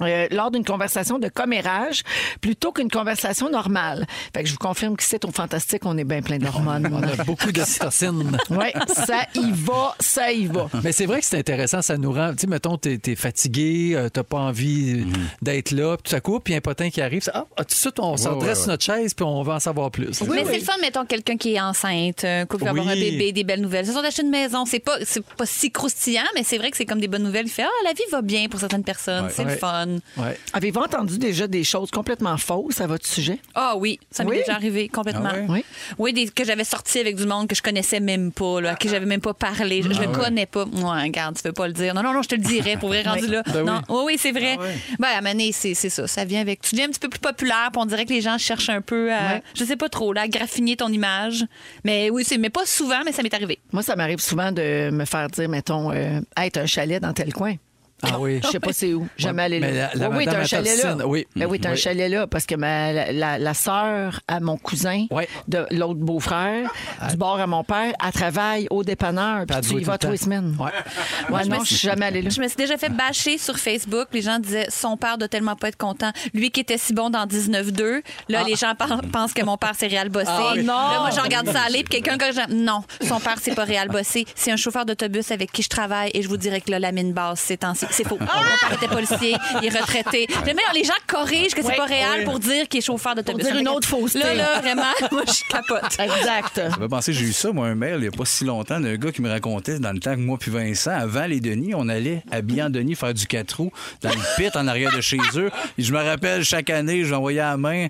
B: Euh, lors d'une conversation de commérage plutôt qu'une conversation normale. Fait que je vous confirme qu'ici, au Fantastique, on est bien plein d'hormones.
D: On a beaucoup de cytocine.
B: Oui, ça y va, ça y va.
D: Mais c'est vrai que c'est intéressant, ça nous rend. Tu sais, mettons, t'es es fatigué, euh, t'as pas envie euh, d'être là, puis tout à coup, puis un potin qui arrive, ça- ah, ah, tout de suite, on s'adresse
A: Mhm. ouais, ouais.
D: sur notre chaise, puis on va en savoir plus.
C: mais c'est le fun, mettons, quelqu'un qui est enceinte, un couple qui va
D: Oui.
C: avoir un bébé, des belles nouvelles. Ce sont d'acheter une maison. C'est pas, c'est pas si croustillant, mais c'est vrai que c'est comme des bonnes nouvelles. Il fait, ah, la vie va bien pour certaines personnes. c'est le
D: Ouais.
C: fun.
D: Ouais.
B: Avez-vous entendu déjà des choses complètement fausses à votre sujet?
C: Ah oui, ça m'est
B: Oui?
C: déjà arrivé complètement.
A: Ah ouais?
B: Oui.
C: Oui, des, que j'avais sorti avec du monde que je connaissais même pas, là, à qui j'avais même pas parlé. Je, je le connais pas. Ouais, regarde, tu peux pas le dire. Non, non, non, je te le dirais pour vrai rendu là.
D: Ben oui.
C: non, oui, oui, c'est vrai. Ben, à un moment donné, c'est c'est ça. Ça vient avec. Tu deviens un petit peu plus populaire, puis on dirait que les gens cherchent un peu à, je sais pas trop, là, à graffiner ton image. Mais oui, c'est mais pas souvent, mais ça m'est arrivé.
B: Moi, ça m'arrive souvent de me faire dire, mettons, euh, Hey, t'as un chalet dans tel coin.
D: Ah oui.
B: Je sais pas c'est où. Jamais
D: Ouais,
B: aller là.
D: mais la- la
B: oui, oui,
D: madame
B: t'as un
D: à
B: chalet là.
D: Topsine, oui.
B: Ben oui, t'as un
D: Oui.
B: chalet là. Parce que ma, la, la, la sœur à mon cousin,
D: Ouais. Ah.
B: de l'autre beau-frère, du bord à mon père, elle travaille au dépanneur. Puis
D: elle
B: tu
D: doit
B: y
D: tout
B: vas
D: le temps.
B: tous les semaines.
D: Ouais.
B: Ouais, non, je suis jamais allée là.
C: Je me suis déjà fait bâcher sur Facebook. Les gens disaient son père doit tellement pas être content. Lui qui était si bon dans 19-2. Là, les gens par- pensent que mon père c'est Réal Bossé.
B: Ah. non!
C: Là, moi, je regarde ça aller. Puis quelqu'un, quand je- non, son père c'est pas Réal Bossé. C'est un chauffeur d'autobus avec qui je travaille. Et je vous dirais que là, la mine basse, c'est ainsi. C'est faux.
B: Ah!
C: Mon père était policier. Il est retraité. J'aime bien quand les gens corrigent que c'est pas Réal pour dire qu'il est chauffeur d'autobus.
B: dire une autre fausseté.
C: Là, là, vraiment, moi, je capote.
B: Exact.
A: Ça me fait penser, j'ai eu ça, moi, un mail, il n'y a pas si longtemps, d'un gars qui me racontait, dans le temps que moi puis Vincent, avant les Denis, on allait, habillé en Denis, faire du 4 roues dans le pit en arrière de chez eux. Et je me rappelle, chaque année, j'envoyais à la main.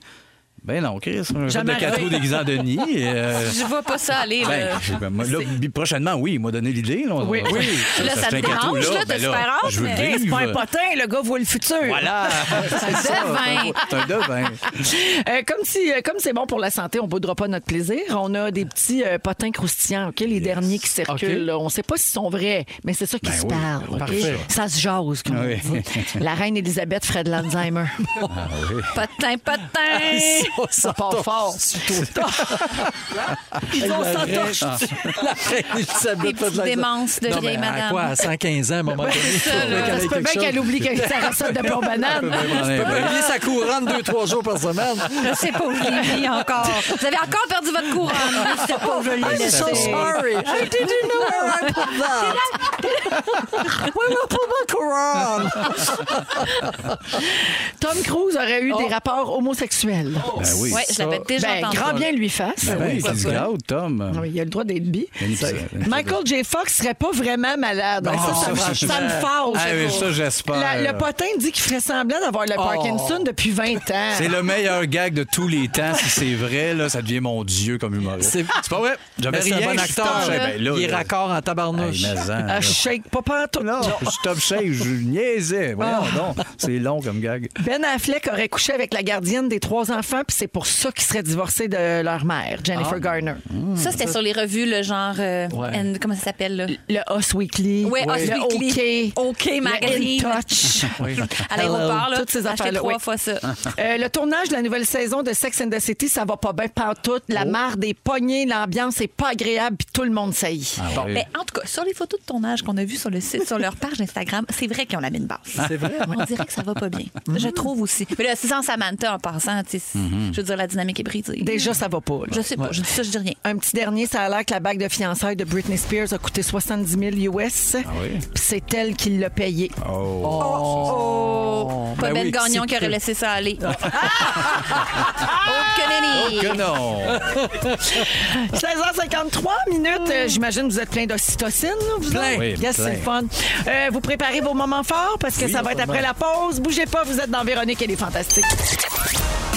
A: Ben non, Chris, un fait de
B: Jamais
A: 4 roues
B: arrivé.
A: déguisé en Denis. et, euh,
C: Je vois pas ça aller.
A: ben,
C: là.
A: ben, moi, là, bi- prochainement, oui, il m'a donné l'idée. là, on-
B: Oui.
A: on-
B: Oui.
A: ça,
C: Là, ça
A: c'est
C: te
A: un quatre roues,
C: dérange, là, t'as
A: ben
C: super hâte,
A: Je veux
C: mais-
A: le
B: Hey, C'est pas un
A: vivre.
B: potin, le gars voit le futur.
A: Voilà! C'est ça,
C: devin.
A: C'est un devin.
B: Euh, comme si, euh, comme c'est bon pour la santé, on boudra pas notre plaisir. On a des petits euh, potins croustillants, ok, les derniers qui circulent.
D: OK.
B: là. On sait pas s'ils sont vrais, mais c'est ça qui
A: Ben
B: se
A: oui,
B: parle.
A: oui,
B: ok?
D: parfait.
B: Ça se jase, comme
A: Oui.
B: on dit. La reine Elisabeth ferait de l'Alzheimer.
C: Potin, potin.
B: ça part fort.
D: Ils ont La reine Elisabeth
C: petites
D: Fadelin-
C: démences de
D: Non,
C: vieille
D: mais à
C: madame.
D: quoi, à 115 ans, à un moment donné?
C: ça,
D: faudrait
C: là.
D: qu'elle
B: Ça
D: ait
B: se peut
D: quelque
B: bien
D: chose.
B: qu'elle oublie que sa recette de plomb banane. Ah,
D: Elle
A: Ben
D: peut payer sa couronne deux, trois jours par semaine.
C: Je sais pas où je l'ai mis encore. Vous avez encore perdu votre couronne. Je sais pas où je l'ai
D: I'm
C: laissé.
D: so sorry. I didn't know where I put that. Where I put my couronne?
B: Tom Cruise aurait eu des rapports homosexuels.
A: Ben oui.
C: Ouais, je l'avais déjà
B: Ben,
C: entendu.
B: grand bien lui fasse.
A: Ben oui,
C: ça
A: c'est du
C: fait.
A: gâte, Tom.
B: Ah Oui, il a le droit d'être bi.
A: Il y a une épisode.
B: Michael J. Fox serait pas vraiment malade. ça, ça,
D: ça,
B: me-
D: franchement.
B: ça me fâche.
A: Ah oui, ça, j'espère. Oh.
B: La- le potin dit qu'il ferait semblant d'avoir le Parkinson depuis 20 ans.
A: C'est le meilleur gag de tous les temps. Si c'est vrai, là, ça devient mon Dieu comme humoriste.
D: C'est-
A: C'est pas vrai. J'avais
D: Mais c'est
A: rien.
D: un bon
A: je suis top
D: acteur.
A: shape. Ben là,
D: Il est
A: là,
D: raccord en tabarnouche.
A: hey, mais en,
B: Ah,
A: là.
B: je shake pas pantoute.
A: Non, je suis top shape. Je niaisais. Voyons
D: Ah.
A: donc. C'est long comme gag.
B: Ben Affleck aurait couché avec la gardienne des trois enfants, puis c'est pour ça qu'il serait divorcé de leur mère,
A: Ah.
B: Jennifer Garner.
C: Ça, c'était sur les revues, le genre. euh,
D: Ouais.
C: and- comment ça s'appelle, là?
B: Le Us Weekly.
C: Ouais, Us
B: le
C: Weekly.
B: OK.
C: OK
B: le
C: Magazine.
B: In Touch.
C: À l'aéroport, là.
B: Toutes ces
C: acheter
B: affaires-là,
C: trois
B: oui.
C: fois ça.
D: Ah,
B: Euh, le tournage de la nouvelle saison de Sex and the City, ça va pas bien pantoute.
A: Oh.
B: La mare des poignées, l'ambiance est pas agréable, puis tout le monde saillit.
A: Ah oui.
C: Mais en tout Ben, cas, sur les photos de tournage, images qu'on a vues sur le site, sur leur page Instagram, c'est vrai qu'ils ont la mine basse.
D: C'est vrai?
C: On dirait que ça va pas bien.
B: Mm-hmm.
C: Je trouve aussi. Mais là, c'est sans Samantha en passant, tu sais, c'est-
D: Mm-hmm.
C: je veux dire, la dynamique est brisée.
B: Déjà, ça va pas. là.
C: Je sais pas, je dis ça, je dis rien.
B: Un petit dernier, ça a l'air que la bague de fiançailles de Britney Spears a coûté 70 000 US.
A: Ah oui? Ah.
B: Puis c'est elle qui l'a payé.
C: Pas
D: Ben
C: Ben
D: oui,
C: Gagnon
D: c'est
C: qui aurait
D: peu.
C: laissé ça aller. Ah! Oh, que nenni!
A: Que non!
B: 16h53 minutes. Euh, J'imagine que vous êtes plein d'ocytocine. là, Vous
A: Plein.
B: autres.
A: Oui,
B: Yes,
A: plein.
B: c'est le fun. Euh, vous préparez vos moments forts parce que
A: Oui,
B: ça va être
A: vraiment.
B: après la pause. Bougez pas, vous êtes dans Véronique, elle est fantastique.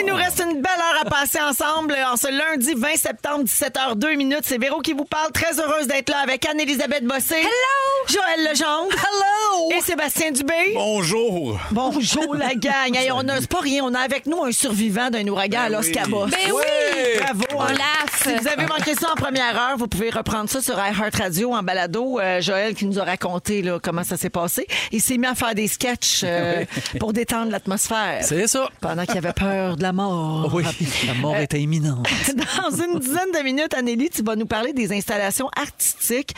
B: Il nous reste une belle heure à passer ensemble en ce lundi 20 septembre, 17h02 minutes. C'est Véro qui vous parle. Très heureuse d'être là avec Anne-Élisabeth Bossé. Hello! Joël Legendre. Hello! Et Sébastien Dubé.
A: Bonjour!
B: Bonjour la gang. Hey, on n'a c'est pas rien. On a avec nous un survivant d'un ouragan à Los Cabos.
C: Ben oui!
B: Bravo.
C: On
B: hein.
C: laffe.
B: Si vous avez manqué ça en première heure, vous pouvez reprendre ça sur iHeartRadio en balado. Euh, Joël qui nous a raconté là, comment ça s'est passé. Il s'est mis à faire des sketchs euh, pour détendre l'atmosphère.
D: C'est ça.
B: Pendant qu'il avait peur de la mort.
D: Oui, la mort était imminente.
B: Dans une dizaine de minutes, Anélie, tu vas nous parler des installations artistiques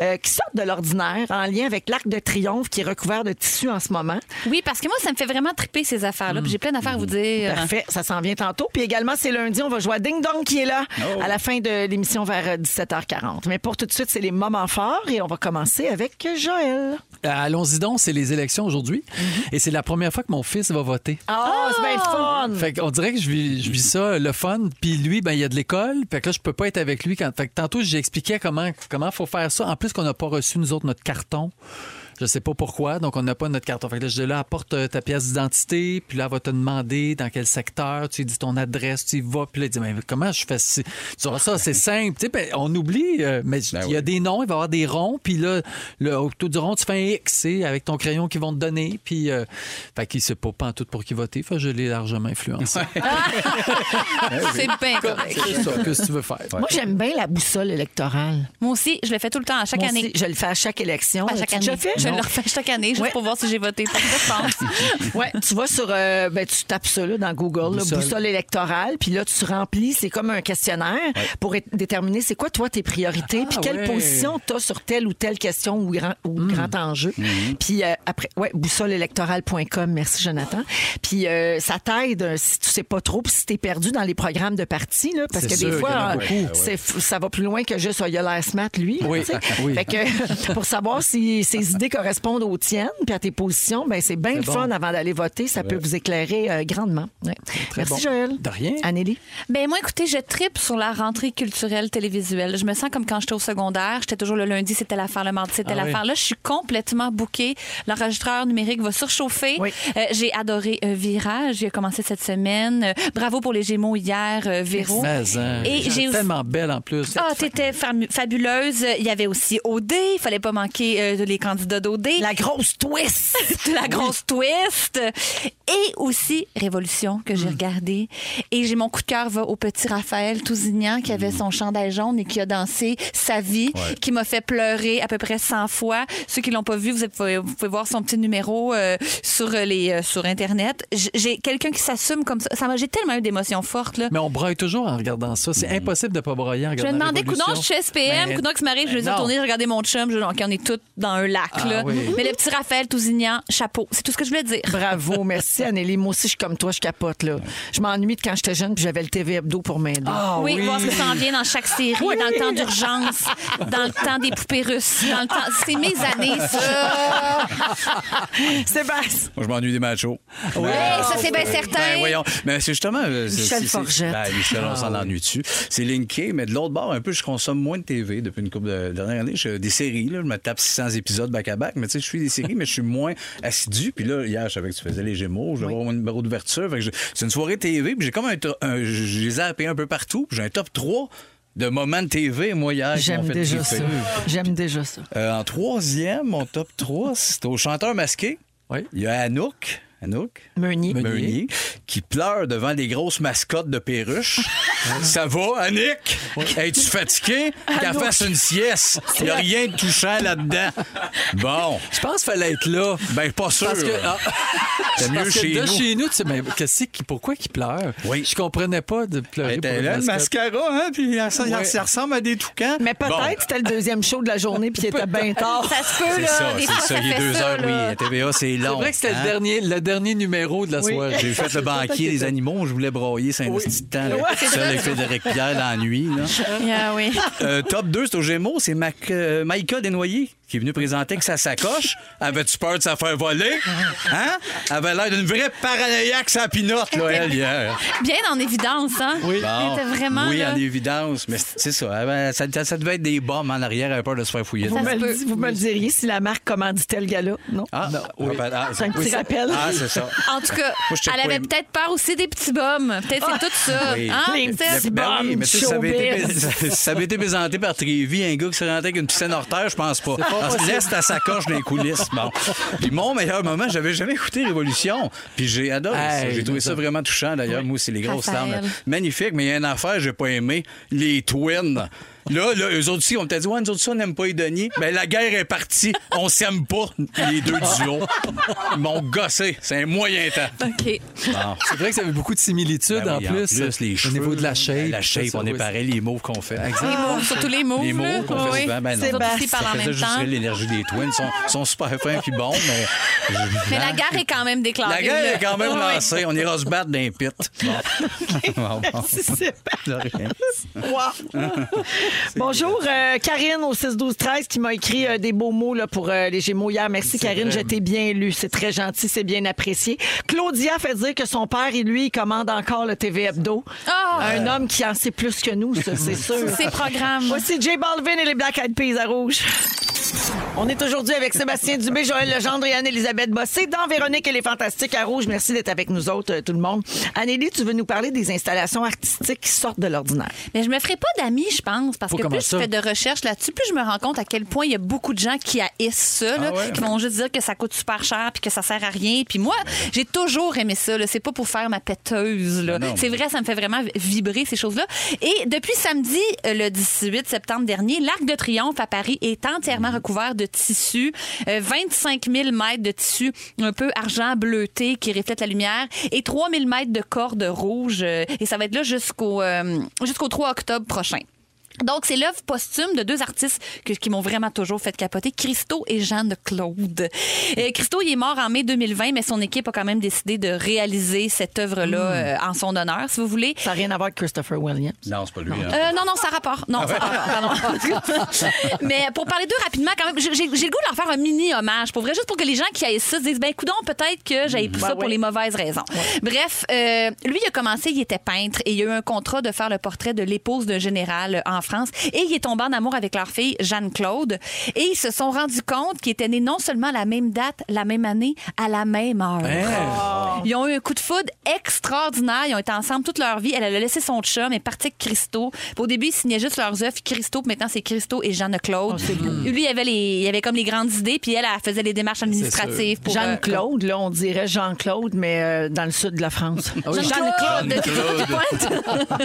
B: euh, qui sortent de l'ordinaire en lien avec l'Arc de Triomphe qui est recouvert de tissu en ce moment.
C: Oui, parce que moi, ça me fait vraiment triper ces affaires-là. puis J'ai plein d'affaires à vous dire.
B: Parfait, ça s'en vient tantôt. Puis également, c'est lundi, on va jouer à Ding Dong qui est là à la fin de l'émission vers euh, 17h40. Mais pour tout de suite, c'est les moments forts et on va commencer avec Joël.
D: Euh, Allons-y donc, c'est les élections aujourd'hui. Et c'est la première fois que mon fils va voter.
B: Ah, c'est bien le fun!
D: Fait qu'on dirait que je vis, je vis ça, le fun. Puis lui, ben, il y a de l'école. Fait que là, je peux pas être avec lui. Quand... Fait que tantôt, j'expliquais comment comment faut faire ça. En plus, qu'on n'a pas reçu, nous autres, notre carton. Je sais pas pourquoi. Donc, on n'a pas notre carton. Fait que là, je dis là, apporte euh, ta pièce d'identité. Puis là, elle va te demander dans quel secteur. Tu lui dis ton adresse, tu y vas. Puis là, il dit, mais comment je fais ça? Tu vois, ça, c'est simple. Tu sais, ben, on oublie. euh, mais
A: Ben
D: il y a des noms, il va y avoir des ronds. Puis là, le, autour du rond, tu fais un X tu sais, avec ton crayon qu'ils vont te donner. Puis, euh, fait qu'il sait pas pantoute pour qui voter. Fait que je l'ai largement influencé.
B: Ben,
C: C'est bien correct.
D: C'est ça, qu'est-ce que tu veux faire?
F: Moi, j'aime bien la boussole électorale.
C: Moi aussi, je le fais tout le temps, à chaque
B: Moi
C: année.
B: aussi, je le fais à chaque élection.
C: À chaque
B: Tu
C: année.
B: as déjà fait?
C: Je le refais chaque année, juste
B: Ouais.
C: pour voir si j'ai voté. Parce que je pense.
B: Ouais, tu vas sur, euh, ben, tu tapes ça là, dans Google, là, boussole.
D: Boussole.
B: électorale, puis là tu remplis, c'est comme un questionnaire pour é- déterminer c'est quoi toi tes priorités, puis quelle
D: Ah ouais. Hmm.
B: position tu as sur telle ou telle question ou grand, ou grand enjeu. Puis euh, après, ouais, boussoleélectorale.com, merci Jonathan. Puis euh, ça t'aide euh, si tu sais pas trop, puis si t'es perdu dans les programmes de parti, là, parce
D: C'est
B: que
D: sûr,
B: des
D: il y en
B: fois,
D: a
B: euh,
D: beaucoup. Ah
B: c'est f- ça va plus loin que juste oh, il a l'air smart lui. là,
D: Oui, Ah,
B: tu sais.
D: oui.
B: Fait que, pour savoir si ces idées correspondent aux tiennes, puis à tes positions, ben c'est bien le
D: bon.
B: fun avant d'aller voter, ça peut vous éclairer euh, grandement. Ouais. Merci
D: bon.
B: Joël.
D: De rien.
B: Anélie.
C: Ben moi, écoutez, je tripe sur la rentrée culturelle télévisuelle. Je me sens comme quand j'étais au secondaire. J'étais toujours le lundi, c'était l'affaire, le mardi, c'était
D: Ah oui.
C: l'affaire. Là, je suis complètement bouquée. L'enregistreur numérique va surchauffer.
B: Oui.
C: Euh, J'ai adoré euh, Virage. J'ai commencé cette semaine. Euh, bravo pour les Gémeaux hier, euh, Véro.
D: Mais, hein,
C: Et
D: Jean,
C: j'ai aussi-
D: tellement belle en plus.
C: Ah, t'étais famu- fabuleuse. Il y avait aussi OD. Il fallait pas manquer euh, les candidats d'OD.
B: La grosse twist.
C: de la grosse twist. Et aussi Révolution que j'ai regardé. Et j'ai mon coup de cœur va au petit Raphaël Tousignan qui avait son chandail jaune et qui a dansé sa vie, qui m'a fait pleurer à peu près 100 fois. Ceux qui l'ont pas vu, vous êtes- vous pouvez, vous pouvez voir son petit numéro euh, sur les euh, sur internet. J- J'ai quelqu'un qui s'assume comme ça. Ça m'a j'ai tellement eu d'émotions fortes là.
D: Mais on braille toujours en regardant ça.
A: Mm-hmm.
D: C'est impossible de ne pas brailler en
C: Je
D: regardant
C: me demandais,
D: Révolution.
C: coudon, je suis SPM,
D: Mais-
C: coudon que ça m'arrive, je les ai
D: non.
C: tournés, j'ai regardé mon chum, je, OK, on est tous dans un lac,
D: Ah
C: là.
D: oui.
C: Mais le petit Raphaël Tousignan, chapeau. C'est tout ce que je voulais dire.
B: Bravo, merci Anélie. Moi aussi, je suis comme toi, je capote là. Je m'ennuie de quand j'étais jeune, puis j'avais le TV Hebdo pour m'aider.
D: Ah
C: oui, voir ce que ça en vient dans chaque série, dans le temps d'urgence, dans le temps des poupées russes, dans le temps. C'est mes années, ça.
B: Sébastien.
A: Moi, je m'ennuie des machos.
C: Oui, ça, c'est bien certain.
A: Ben, voyons. Mais c'est justement. euh, c'est-
B: Michel
A: c'est- c'est-
B: Forgette.
A: Ben, Michel, on s'en ennuie dessus. C'est linké, mais de l'autre bord, un peu, je consomme moins de TV depuis une couple de dernières années. Je- des séries, là, je me tape 600 épisodes back-à-back. Mais tu sais, je suis des séries, mais je suis moins assidu. Puis là, hier, je savais que tu faisais les Gémeaux. Je vais voir mon numéro d'ouverture. Fait que je- C'est une soirée TV, puis j'ai comme un. to- un- J'ai zappé un peu partout. puis j'ai un top 3 de moments de TV, moi, hier. qui m'ont
B: J'aime
A: Ah, fait
B: déjà
A: triper.
B: ça. J'aime déjà ça.
A: Euh, en troisième, mon top 3, c'est au chanteur masqué.
D: Oui.
A: Il y a Anouk. Anouk?
F: Meunier.
D: Meunier.
A: Meunier, qui pleure devant des grosses mascottes de perruches. ça va, Annick? Es-tu fatiguée?
D: Ah,
A: Qu'elle fasse une sieste. Il n'y a rien de touchant là-dedans. Bon.
D: Je pense qu'il fallait être là.
A: Ben, pas sûr.
D: Parce que, ah,
A: C'est mieux
D: parce que
A: chez
D: de
A: nous.
D: chez nous, tu sais, mais qu'est-ce qui, pourquoi qu'il pleure?
A: Oui.
D: Je comprenais pas de pleurer
A: Elle
D: pour
A: était
D: une
A: là, le
D: mascotte.
A: mascara, hein, puis elle- ça,
D: Ouais.
A: ça ressemble à des toucans.
B: Mais peut-être
A: Bon.
B: que c'était le deuxième show de la journée puis il était bien tard.
C: Ça se peut,
A: C'est
C: là.
A: ça,
C: des
A: c'est
C: fois,
A: ça. Il est
C: fait
A: deux
C: ça,
A: heures, oui.
C: là.
A: La TVA, c'est long.
D: C'est vrai que c'était
A: hein?
D: le, dernier, le dernier numéro de la soirée.
A: J'ai fait le banquier des animaux, je voulais broyer saint petit temps. là. Seul avec Frédéric Pierre dans la nuit. là.
C: Ah oui.
A: Euh, top 2, c'est au Gémeaux, c'est Mac- euh, Maïka Desnoyers qui est venue présenter que sa sacoche. Avais-tu peur de s'en faire voler? Hein? Avait l'air d'une vraie paranoïaque sans pinote, là, elle, hier.
C: Bien en évidence, hein? Oui.
A: Bon.
C: C'était vraiment.
A: oui,
C: là,
A: en évidence. Mais c'est ça, elle avait- ça, ça devait être des bombes en arrière, elle avait peur de se faire fouiller.
C: Ça
F: Vous, me
C: se
F: le,
C: peut.
F: dis- vous me le diriez si la marque commandait le gala, non?
A: Ah, oui. Ah,
F: C'est un petit
A: oui.
F: rappel.
A: Ah, c'est ça.
C: En tout cas,
A: Moi, je check
C: elle
A: pas
C: avait
A: les-
C: peut-être peur aussi des petits bums. Peut-être c'est tout ça.
A: Oui.
C: Hein?
F: Les
C: Peut-être.
F: petits
A: Ben oui,
F: Bombe,
A: mais tu sais, ça avait, été,
F: showbiz.
A: ça avait été présenté par Trévi, un gars qui se rendait avec une piscine hors terre, je pense pas. Parce qu'il laisse ta sacoche dans les coulisses. Bon. Puis mon meilleur moment, j'avais jamais écouté Révolution. Puis j'ai adoré ça.
D: Hey,
A: J'ai trouvé
D: mais
A: ça,
D: ça.
A: vraiment touchant, d'ailleurs. Moi, c'est les grosses larmes.
C: Raphaël.
A: Magnifique, mais il y a une affaire que j'ai pas aimé. Les twins. Là, là, eux autres aussi, on peut dit, ouais, nous autres aussi, on n'aime pas les deniers. Mais la guerre est partie. On s'aime pas, les deux duos. Ils m'ont gossé. C'est un moyen temps.
C: OK.
A: Bon.
D: C'est vrai que ça avait beaucoup de similitudes
A: Ben
D: en,
A: oui,
D: plus,
A: les
D: au
A: cheveux,
D: niveau de la shape.
A: La shape,
D: Ça, Ah,
A: on est
D: oui,
A: pareil, les mots qu'on fait.
C: Les mots, surtout les mots.
A: Ah. Les mots
C: là.
A: qu'on fait
C: Oui.
A: souvent, ben non.
C: Les autres aussi
A: Ça
C: parlent en
A: faisait
C: même
A: juste
C: temps.
A: rire l'énergie des twins. Ils sont, sont super fins puis bons, mais.
C: Mais la guerre est quand même déclarée.
A: La guerre
C: là.
A: est quand même
C: Oui.
A: lancée. On ira se battre d'un pit. Bon. Bon, bon.
F: C'est pas-
A: De rien.
F: Wow. Bonjour, euh, Karine au 6-12-13 qui m'a écrit euh, des beaux mots là, pour euh, les Gémeaux hier. Merci, Karine, je t'ai bien lu. C'est très gentil, c'est bien apprécié. Claudia fait dire que son père et lui, ils commandent encore le TV Hebdo.
C: Ah!
F: Un homme qui en sait plus que nous, ça, c'est sûr.
C: Ces programmes.
F: Voici J Balvin et les Black Eyed Peas à rouge. On est aujourd'hui avec Sébastien Dubé, Joël Legendre et Anne-Elisabeth Bossé dans Véronique et les Fantastiques à Rouge. Merci d'être avec nous autres, euh, tout le monde. Annélie, tu veux nous parler des installations artistiques qui sortent de l'ordinaire.
C: Mais je me ferai pas d'amis, je pense, parce
D: Faut
C: que plus
D: commencer.
C: je fais de recherches là-dessus, plus je me rends compte à quel point il y a beaucoup de gens qui haïssent ça,
A: Ah
C: là, qui vont juste dire que ça coûte super cher puis que ça sert à rien. Puis moi, j'ai toujours aimé ça. là. C'est pas pour faire ma péteuse. là.
A: Non, non.
C: C'est vrai, ça me fait vraiment vibrer ces choses-là. Et depuis samedi, euh, le 18 septembre dernier, l'Arc de Triomphe à Paris est entièrement recouvert de tissus, Euh, 25 000 mètres de tissus un peu argent bleuté qui reflète la lumière et 3 000 mètres de cordes rouges. euh, Et ça va être là jusqu'au euh, jusqu'au 3 octobre prochain. Donc, c'est l'œuvre posthume de deux artistes que- qui m'ont vraiment toujours fait capoter, Christo et Jeanne Claude. Euh, Christo, il est mort en mai 2020, mais son équipe a quand même décidé de réaliser cette œuvre-là euh, en son honneur, si vous voulez.
F: Ça n'a rien à voir avec Christopher Williams.
A: Non, c'est pas lui. hein.
C: Euh, non, non, ça rapporte. Non, ça rapporte, pardon. Mais pour parler d'eux rapidement, quand même, j'ai j'ai- j'ai le goût de leur faire un mini hommage. Pour vrai, juste pour que les gens qui aient ça se disent, ben, coudon, peut-être que j'ai pris ça pour les mauvaises raisons. Bref, euh, lui, il a commencé, il était peintre et il a eu un contrat de faire le portrait de l'épouse d'un général euh, en France. Et il est tombé en amour avec leur fille, Jeanne-Claude. Et ils se sont rendus compte qu'ils étaient nés non seulement à la même date, la même année, à la même heure.
D: Ah!
C: Ils ont eu un coup de foudre extraordinaire. Ils ont été ensemble toute leur vie. Elle, elle a laissé son chum et est partie avec Christo. Puis au début, ils signaient juste leurs œuvres Christo. Puis maintenant, c'est Christo et Jeanne-Claude. Lui, il avait, les, il avait comme les grandes idées. Puis elle, elle faisait les démarches administratives. pour, euh,
F: Jeanne-Claude, là, on dirait Jean-Claude, mais euh, dans le sud de la France.
C: Jeanne-Claude.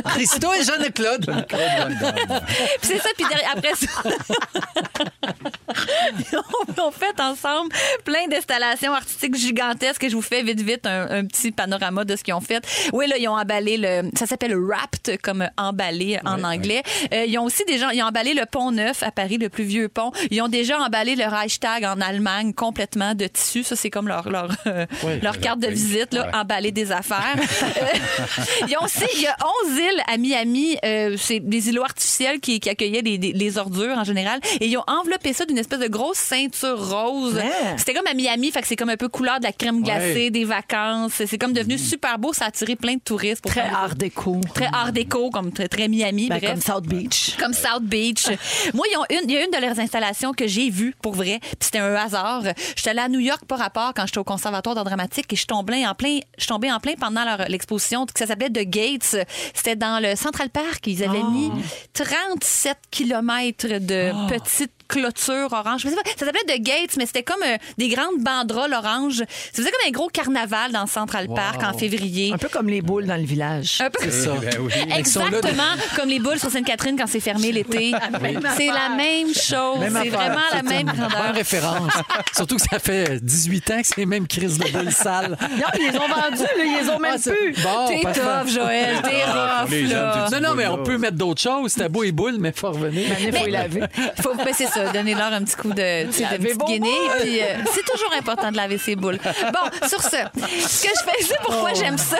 D: Christo et Jeanne-Claude.
C: Puis c'est ça, puis derrière- après ça. ils, ont, ils ont fait ensemble plein d'installations artistiques gigantesques et je vous fais vite, vite un, un petit panorama de ce qu'ils ont fait. Oui, là, ils ont emballé le. Ça s'appelle wrapped, comme emballé en anglais. Euh, ils ont aussi déjà. Ils ont emballé le Pont Neuf à Paris, le plus vieux pont. Ils ont déjà emballé le Reichstag en Allemagne complètement de tissu. Ça, c'est comme leur, leur, euh, leur carte de
A: oui.
C: visite, là,
A: Ouais.
C: emballer des affaires. Euh, ils ont aussi, il y a 11 îles à Miami, euh, c'est des îlots artificiels qui, qui accueillaient les, les- les ordures en général, et ils ont enveloppé ça d'une espèce de grosse ceinture rose.
F: Hein?
C: C'était comme à Miami, fait que c'est comme un peu couleur de la crème glacée, des vacances. C'est comme devenu super beau, ça a attiré plein de touristes. Pour
F: Très
C: faire-
F: art déco.
C: Très art déco, comme très, très Miami,
F: Ben,
C: bref
F: comme South Beach.
C: comme South Beach. Moi, ils ont une- il y a une de leurs installations que j'ai vue pour vrai, puis c'était un hasard. J'étais allée à New York par rapport quand j'étais au conservatoire d'art dramatique et je tombais en plein, je tombais en plein pendant leur- l'exposition que ça s'appelait The Gates. C'était dans le Central Park. Ils avaient mis 37 kilomètres de petites clôture orange. Je sais pas, ça s'appelait The Gates, mais c'était comme euh, des grandes banderoles orange. Ça faisait comme un gros carnaval dans Central Park en février.
B: Un peu comme les boules dans le village.
C: Un peu-
D: Ça.
A: Eh ben oui.
D: Ils sont là de-
C: Exactement comme les boules sur Sainte-Catherine quand c'est fermé l'été. C'est la même chose.
D: Même
C: C'est
D: affaire.
C: vraiment la
D: C'est
C: même
D: une bonne
C: grandeur.
D: référence. Surtout que ça fait 18 ans que c'est les mêmes crises de bulles sales.
B: Non, ils les ont vendus, là, ils les ont même
D: Ah, c'est-
B: plus.
D: Bon,
C: T'es
D: parfait.
C: tough, Joël. T'es
A: Ah,
C: rough,
A: les gens,
C: là.
A: tu-
D: Non, non, mais
A: Bon,
D: on
A: là.
D: peut mettre d'autres choses. Tabou et boule, mais faut revenir.
B: Il faut les laver.
C: Faut, ben, c'est ça, donnez-leur un petit coup de, tu sais, de
B: Lavez
C: petite
B: vos
C: guenille, puis, euh, c'est toujours important de laver ses boules. Bon, sur ce, ce que je fais, c'est pourquoi j'aime ça.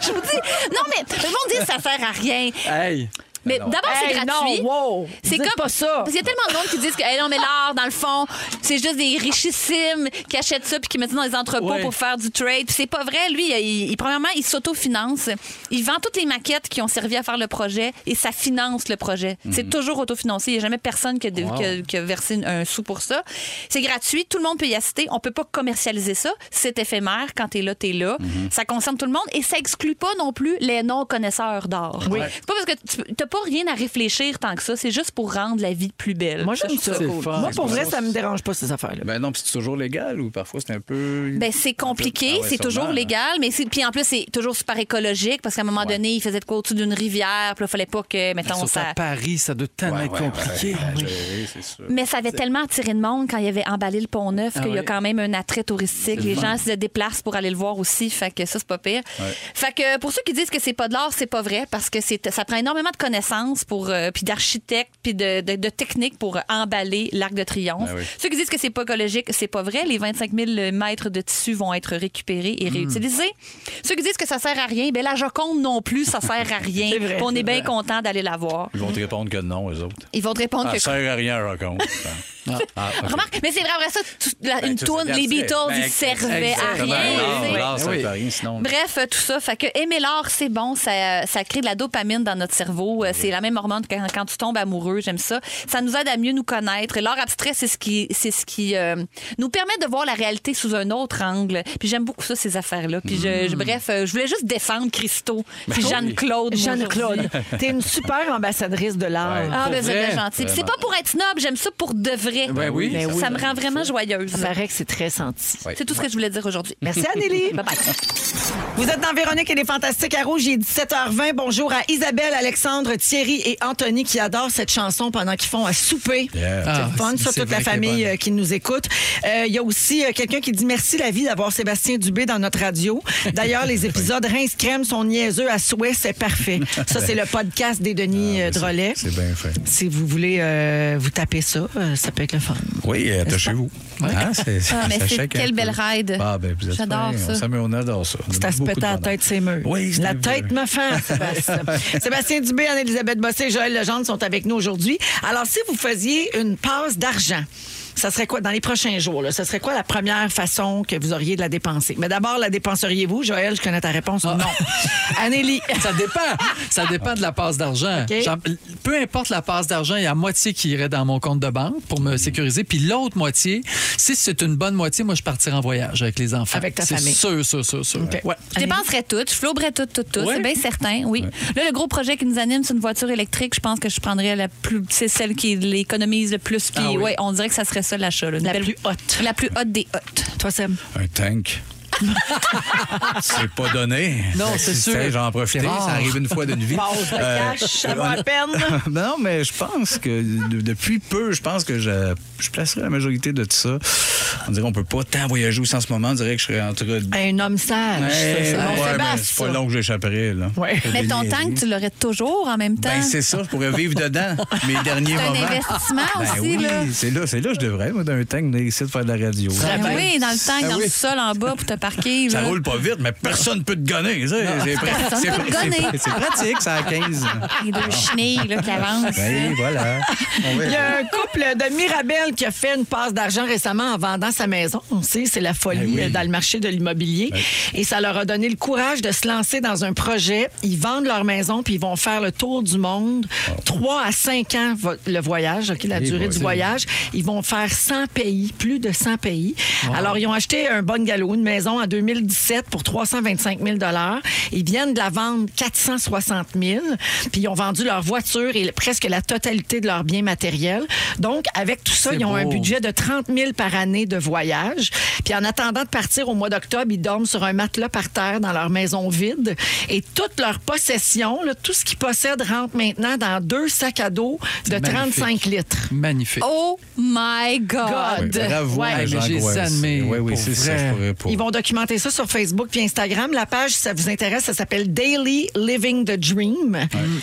C: je vous dis, non, mais tout le monde dit que ça sert à rien.
D: Hey!
C: Mais d'abord, c'est
B: Hey, Non,
C: gratuit.
B: wow.
C: C'est
B: Dites
C: comme
B: pas ça.
C: Parce qu'il y a tellement de monde qui disent que hey, non mais l'art dans le fond, c'est juste des richissimes qui achètent ça puis qui mettent ça dans les entrepôts
D: Ouais.
C: pour faire du trade. Puis c'est pas vrai, lui, il, il- premièrement, il s'autofinance. Il vend toutes les maquettes qui ont servi à faire le projet et ça finance le projet. C'est toujours autofinancé, il n'y a jamais personne qui a, de- qui a- qui a versé une- un sou pour ça. C'est gratuit, tout le monde peut y assister, on peut pas commercialiser ça, c'est éphémère, quand t'es là, t'es là. Ça concerne tout le monde et ça exclut pas non plus les non connaisseurs d'art. C'est pas parce que tu t'as pas rien à réfléchir tant que ça, c'est juste pour rendre la vie plus belle.
B: Moi, j'aime ça.
D: c'est le fun.
B: Moi, pour vrai, ça me dérange pas, ces affaires-là.
A: Ben non, puis c'est toujours légal ou parfois c'est un peu.
C: Ben, c'est compliqué,
A: Ah ouais,
C: c'est
A: sûrement,
C: toujours
A: hein.
C: légal, mais c'est- puis en plus c'est toujours super écologique parce qu'à un moment donné, il faisait de quoi au-dessus d'une rivière, puis là, fallait pas que mettons
D: Surtout
C: ça
D: à Paris, ça doit tellement
A: hein. Ouais,
D: être
A: ouais,
D: compliqué.
A: ouais, ouais, ouais, c'est sûr.
C: mais ça avait tellement attiré le monde quand il avait emballé le pont neuf qu'il y a
D: oui.
C: quand même un attrait touristique. Les gens se déplacent pour aller le voir aussi. Fait que ça, c'est pas pire. Fait que pour ceux qui disent que c'est pas de l'art, c'est pas vrai parce que c'est, ça prend énormément de connaissances pour, euh, puis d'architectes, puis de, de, de techniques pour emballer l'Arc de Triomphe.
A: Ah oui.
C: Ceux qui disent que c'est pas écologique, c'est pas vrai. Les 25 000 mètres de tissu vont être récupérés et réutilisés. Ceux qui disent que ça sert à rien, ben la Joconde non plus, ça sert à rien.
B: C'est vrai,
C: Puis on
B: c'est
C: est bien content d'aller la voir.
A: Ils vont te répondre que non, eux autres.
C: Ils vont te répondre
A: Ah,
C: que
A: Ça sert à rien, raconte.
D: Ah.
C: Remarque, mais c'est vrai, après ça, tout- la-
D: Ben,
A: Ben,
C: une tourne, les Beatles, ils servaient à
D: exactement.
C: rien.
A: Non,
C: tu sais.
A: non, ça
D: Oui.
A: sert à rien, sinon.
C: Bref, euh, tout ça, fait que aimer l'art, c'est bon, ça, ça crée de la dopamine dans notre cerveau. Euh, C'est la même hormone que quand, quand tu tombes amoureux, j'aime ça. Ça nous aide à mieux nous connaître. Et L'art abstrait, c'est ce qui, c'est ce qui euh, nous permet de voir la réalité sous un autre angle. Puis j'aime beaucoup ça, ces affaires-là. Puis je, je-
D: Mm.
C: bref, euh, je voulais juste défendre Christo,
D: Ben
C: puis Jeanne-Claude. moi,
B: Jeanne-Claude,
C: aujourd'hui.
B: t'es une super ambassadrice de l'art.
C: Ah,
D: Pour
C: ben, c'est
D: vrai.
C: bien gentil. Puis c'est pas pour être snob, j'aime ça pour de vrai.
D: Ben oui. Ben
C: ça me rend vraiment joyeuse.
B: Ça paraît que c'est très senti.
C: C'est tout ce que je voulais dire aujourd'hui.
B: Merci, Anneli. Vous êtes dans Véronique et les Fantastiques à Rouge. Il est 17h20. Bonjour à Isabelle, Alexandre, Thierry et Anthony qui adorent cette chanson pendant qu'ils font à souper.
A: Yeah.
B: C'est
D: Ah,
B: le fun,
D: c'est-
B: ça,
D: c'est
B: toute
D: vrai
B: la
D: qu'elle est
B: famille
D: bonne.
B: euh, qui nous écoute. Euh, Il y a aussi euh, quelqu'un qui dit merci la vie d'avoir Sébastien Dubé dans notre radio. D'ailleurs, les épisodes Rince Crème sont niaiseux à souhait, c'est parfait. Ça, c'est le podcast des Denis euh, Drolet.
A: Ah, C'est bien fait.
B: Si vous voulez euh, vous taper ça, euh, ça peut être le fun.
A: Oui, euh, t'as chez vous. Hein, c'est-
C: Ah, mais
A: ça
C: c'est-
A: chèque un
C: quelle
A: peu.
C: belle ride.
A: Ah, ben, vous êtes
C: J'adore
A: bien,
C: ça.
A: on s'amuse, On adore ça. On
B: C'est
A: a
B: à se
A: beaucoup
B: péter
A: de
B: la
A: bonheur.
B: tête, c'est mûr.
A: Oui, c'est
B: la
A: vrai.
B: tête me fend, Sébastien. Sébastien Dubé, Anne-Elisabeth Bossé et Joël Legendre sont avec nous aujourd'hui. Alors, si vous faisiez une passe d'argent, ça serait quoi dans les prochains jours? Là, ça serait quoi la première façon que vous auriez de la dépenser? Mais d'abord, la dépenseriez-vous? Joël, je connais ta réponse. Non. Anélie.
D: Ça dépend. Ça dépend de la passe d'argent.
B: OK.
D: J'en- Peu importe la passe d'argent, il y a moitié qui irait dans mon compte de banque pour me sécuriser. Puis l'autre moitié, si c'est une bonne moitié, moi, je partirais en voyage avec les enfants.
B: Avec ta
D: C'est
B: famille.
D: sûr, sûr, sûr, sûr.
B: OK.
D: Ouais.
C: Je dépenserais tout, je floberais tout, tout, tout.
D: Ouais.
C: C'est bien certain, oui. Là, le gros projet qui nous anime, c'est une voiture électrique. Je pense que je prendrais la plus. C'est celle qui l'économise le plus. Puis,
D: Ah oui.
C: ouais, on dirait que ça serait ça l'achat. là. Une
B: La
C: belle-
B: plus haute.
C: La plus haute des hautes.
B: Toi, Seb.
A: Un tank. c'est pas donné.
D: Non,
A: Fait que
D: c'est
A: si
D: sûr.
A: tu sais, J'en profite.
D: C'est rare.
A: Ça arrive une fois d'une vie.
B: Passe de
A: Euh, ben
B: cash, ça vaut la peine.
A: non, mais je pense que de- depuis peu, je pense que je, je placerai la majorité de tout ça. On dirait qu'on peut pas tant voyager aussi en ce moment. On dirait que je serais entre.
B: Un homme sage. Ça,
A: Eh,
B: c'est bon.
A: ouais, mais
B: Sébastien,
A: c'est pas
B: ça.
A: long que j'échapperai. Là.
B: Ouais.
C: Mais ton tank, tu l'aurais toujours en même temps.
A: Ben, c'est ça, je pourrais vivre dedans mes derniers
C: C'est un
A: moments.
C: investissement
A: Ben
C: aussi,
A: oui,
C: là.
A: c'est là, c'est là que je devrais, moi, d'un tank, venir ici de faire de la radio.
C: Ben
B: bien.
C: oui, dans le tank, dans le sol en bas pour te parquer.
A: Ça
C: là.
A: roule pas vite, mais personne peut te gonner. tu sais. C'est pra-
C: Personne
A: c'est
C: peut te
A: pra-
C: gonner. Ah,
A: c'est- c'est pratique, ça à 15.
C: Les deux chenilles là, qui avancent.
A: Ben Oui, voilà. On
B: Il y
A: verra.
B: a un couple de Mirabel qui a fait une passe d'argent récemment en vendant sa maison. On sait, c'est la folie euh, dans le marché de l'immobilier. Et ça leur a donné le courage de se lancer dans un projet. Ils vendent leur maison puis ils vont faire le tour du monde. Trois à cinq ans vo- le voyage, OK, la
A: Eh
B: durée
A: boy.
B: du voyage. Ils vont faire 100 pays, plus de 100 pays. Alors, ils ont acheté un bungalow, une maison maison en 2017 pour 325 000 Ils viennent de la vendre 460 000 Puis ils ont vendu leur voiture et le- presque la totalité de leurs biens matériels. Donc, avec tout ça,
D: C'est
B: ils ont un
D: beau.
B: budget de 30 000 par année de voyage. Puis en attendant de partir au mois d'octobre, ils dorment sur un matelas par terre dans leur maison vide. Et toute leur possession, là, tout ce qu'ils possèdent rentre maintenant dans deux sacs à dos de
D: C'est magnifique.
B: 35 litres.
D: Magnifique.
C: Oh my God!
B: God.
A: Ben, Bravo,
B: Ouais,
A: à
D: mais
A: Jean
D: j'ai
A: Gouin,
D: admis,
A: c'est- Oui, oui,
D: pour
A: c'est ça.
D: vrai.
A: je pourrais pas.
B: Ils vont documenter ça sur Facebook puis Instagram. La page, si ça vous intéresse, ça s'appelle Daily Living the Dream.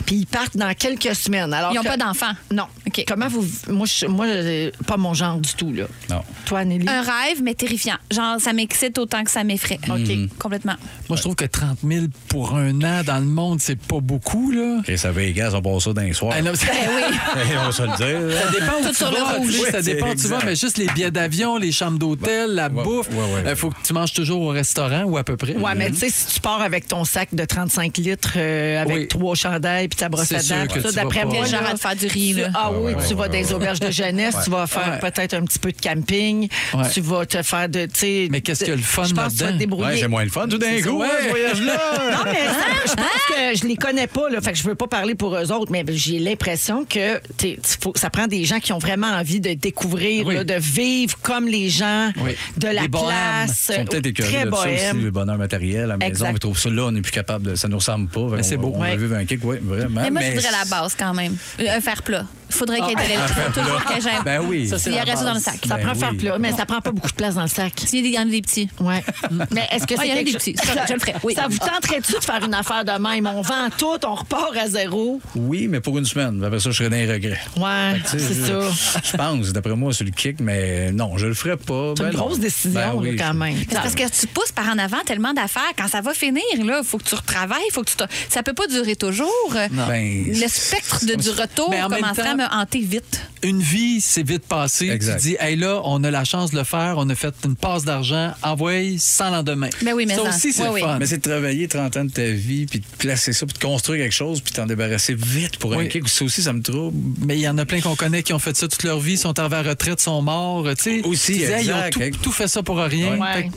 B: Puis ils partent dans quelques semaines. Alors
C: Ils n'ont
B: que-
C: pas d'enfants.
B: Non.
C: OK.
B: Comment vous. Moi, je, moi euh, pas mon genre du tout, là.
A: Non.
B: Toi, Nelly?
C: Un rêve, mais terrifiant. Genre, ça m'excite autant que ça m'effraie.
B: Mhm.
C: OK. Complètement.
D: Moi, je trouve que 30 000 pour un an dans le monde, c'est pas beaucoup, là.
A: Et ça Vegas, on passe ça d'un soir.
D: Ah non, c'est-
B: Ben
A: on va se le dire.
D: Ça dépend où
C: Tout
D: tu
C: sur le
D: vas,
C: rouge.
D: tu sais,
A: Oui,
D: ça
A: c'est
D: dépend où tu vas,
A: exact.
D: mais juste les billets d'avion, les chambres d'hôtel, la
A: Ouais,
D: bouffe.
A: ouais, ouais,
D: Il
A: ouais.
D: faut que tu manges toujours au restaurant ou à peu près.
B: Ouais, mais tu sais, si tu pars avec ton sac de 35 litres, euh, avec
D: Oui.
B: trois chandails puis ta brosse
D: C'est
B: à
D: sûr
B: dents,
D: que
B: tout ça,
D: tu vas
B: d'après
D: pas-
B: moi.
C: Quel genre
B: là,
C: à te faire du riz,
B: tu-
C: là.
B: Ah
A: Ouais,
B: oui,
A: ouais,
B: tu
A: ouais,
B: vas
A: ouais,
B: dans les auberges de jeunesse, tu vas faire
D: Ouais.
B: peut-être un petit peu de camping,
D: Ouais.
B: tu vas te faire de. tu sais,
D: Mais qu'est-ce
B: de-
D: qu'il y a le fun
B: Je pense que tu vas te
D: là-dedans?
B: débrouiller.
A: Ouais, c'est moins le fun tout d'un
D: C'est ça,
A: coup,
D: ouais.
A: hein, ce voyage-là.
B: Non, mais ça, je pense que je les connais pas, là. Fait que je veux pas parler pour eux autres, mais j'ai l'impression que t'es- faut- ça prend des gens qui ont vraiment envie de découvrir,
D: Oui.
B: là, de vivre comme les gens,
D: Oui.
B: de la
D: Des bohèmes.
B: place.
A: Ils sont peut-être écœurés
B: très
A: de ça aussi,
B: bohème.
A: le bonheur matériel à la maison.
B: Exact.
A: Ils trouvent ça là, on n'est plus capable, de, ça nous ressemble pas. Fait
D: Mais c'est
A: qu'on-
D: beau.
A: On
B: Ouais.
A: veut vivre un kick, oui, vraiment.
C: Mais moi, je voudrais la base quand même. Euh, Un fer plat. Faudrait qu'il y ait de l'électron toujours que j'aime.
A: Ben oui.
C: Il y aurait ça dans le sac.
B: Ça
A: Ben
B: prend
A: oui.
B: faire plat, mais ça prend pas beaucoup de place dans le sac.
C: S'il y en a des petits.
B: Ouais. mais est-ce que
C: Ah,
B: c'est
C: il y en a
B: quelque
C: des
B: chose-
C: petits. Ça, je le ferais, oui.
B: Ça vous tenterait-tu de faire une affaire de même? On vend tout, on repart à zéro.
A: Oui, mais pour une semaine. Après ça, je serais dans les regrets.
B: Ouais,
A: Fait que, tu
B: c'est
A: sais, je,
B: ça.
A: Je pense, d'après moi, sur le kick, mais non, je le ferais pas.
B: C'est
A: Ben
B: une
A: non.
B: grosse décision,
A: Ben
B: là,
A: oui,
B: quand
A: je-
B: même.
C: Mais C'est parce que tu pousses par en avant tellement d'affaires. Quand ça va finir, là, faut que tu retravailles, faut que tu te- ça peut pas durer toujours. Euh,
A: Ben,
C: le spectre de, du retour
B: Ben,
D: Mais en même
C: commencerait à
D: temps-
C: me hanter vite.
D: Une vie, c'est vite passé.
A: Exact.
D: Tu dis, hey là, on a la chance de le faire, on a fait une passe d'argent, envoyé sans lendemain.
C: Ben oui, mais
D: ça
C: en-
D: aussi, c'est
C: oui,
D: le
C: oui.
D: fun.
A: Mais c'est de travailler 30 ans de ta vie, puis de placer ça, puis de construire quelque chose, puis t'en débarrasser vite pour un
D: Oui.
A: kick. Ça aussi, ça me trouble.
D: Mais il y en a plein qu'on connaît qui ont fait ça toute leur vie, sont arrivés à la retraite, sont morts. Tu sais,
A: Aussi,
D: Tu disais, Hey,
A: exact.
D: ils ont tout, tout fait ça pour rien.
B: Ouais.
D: Fait que-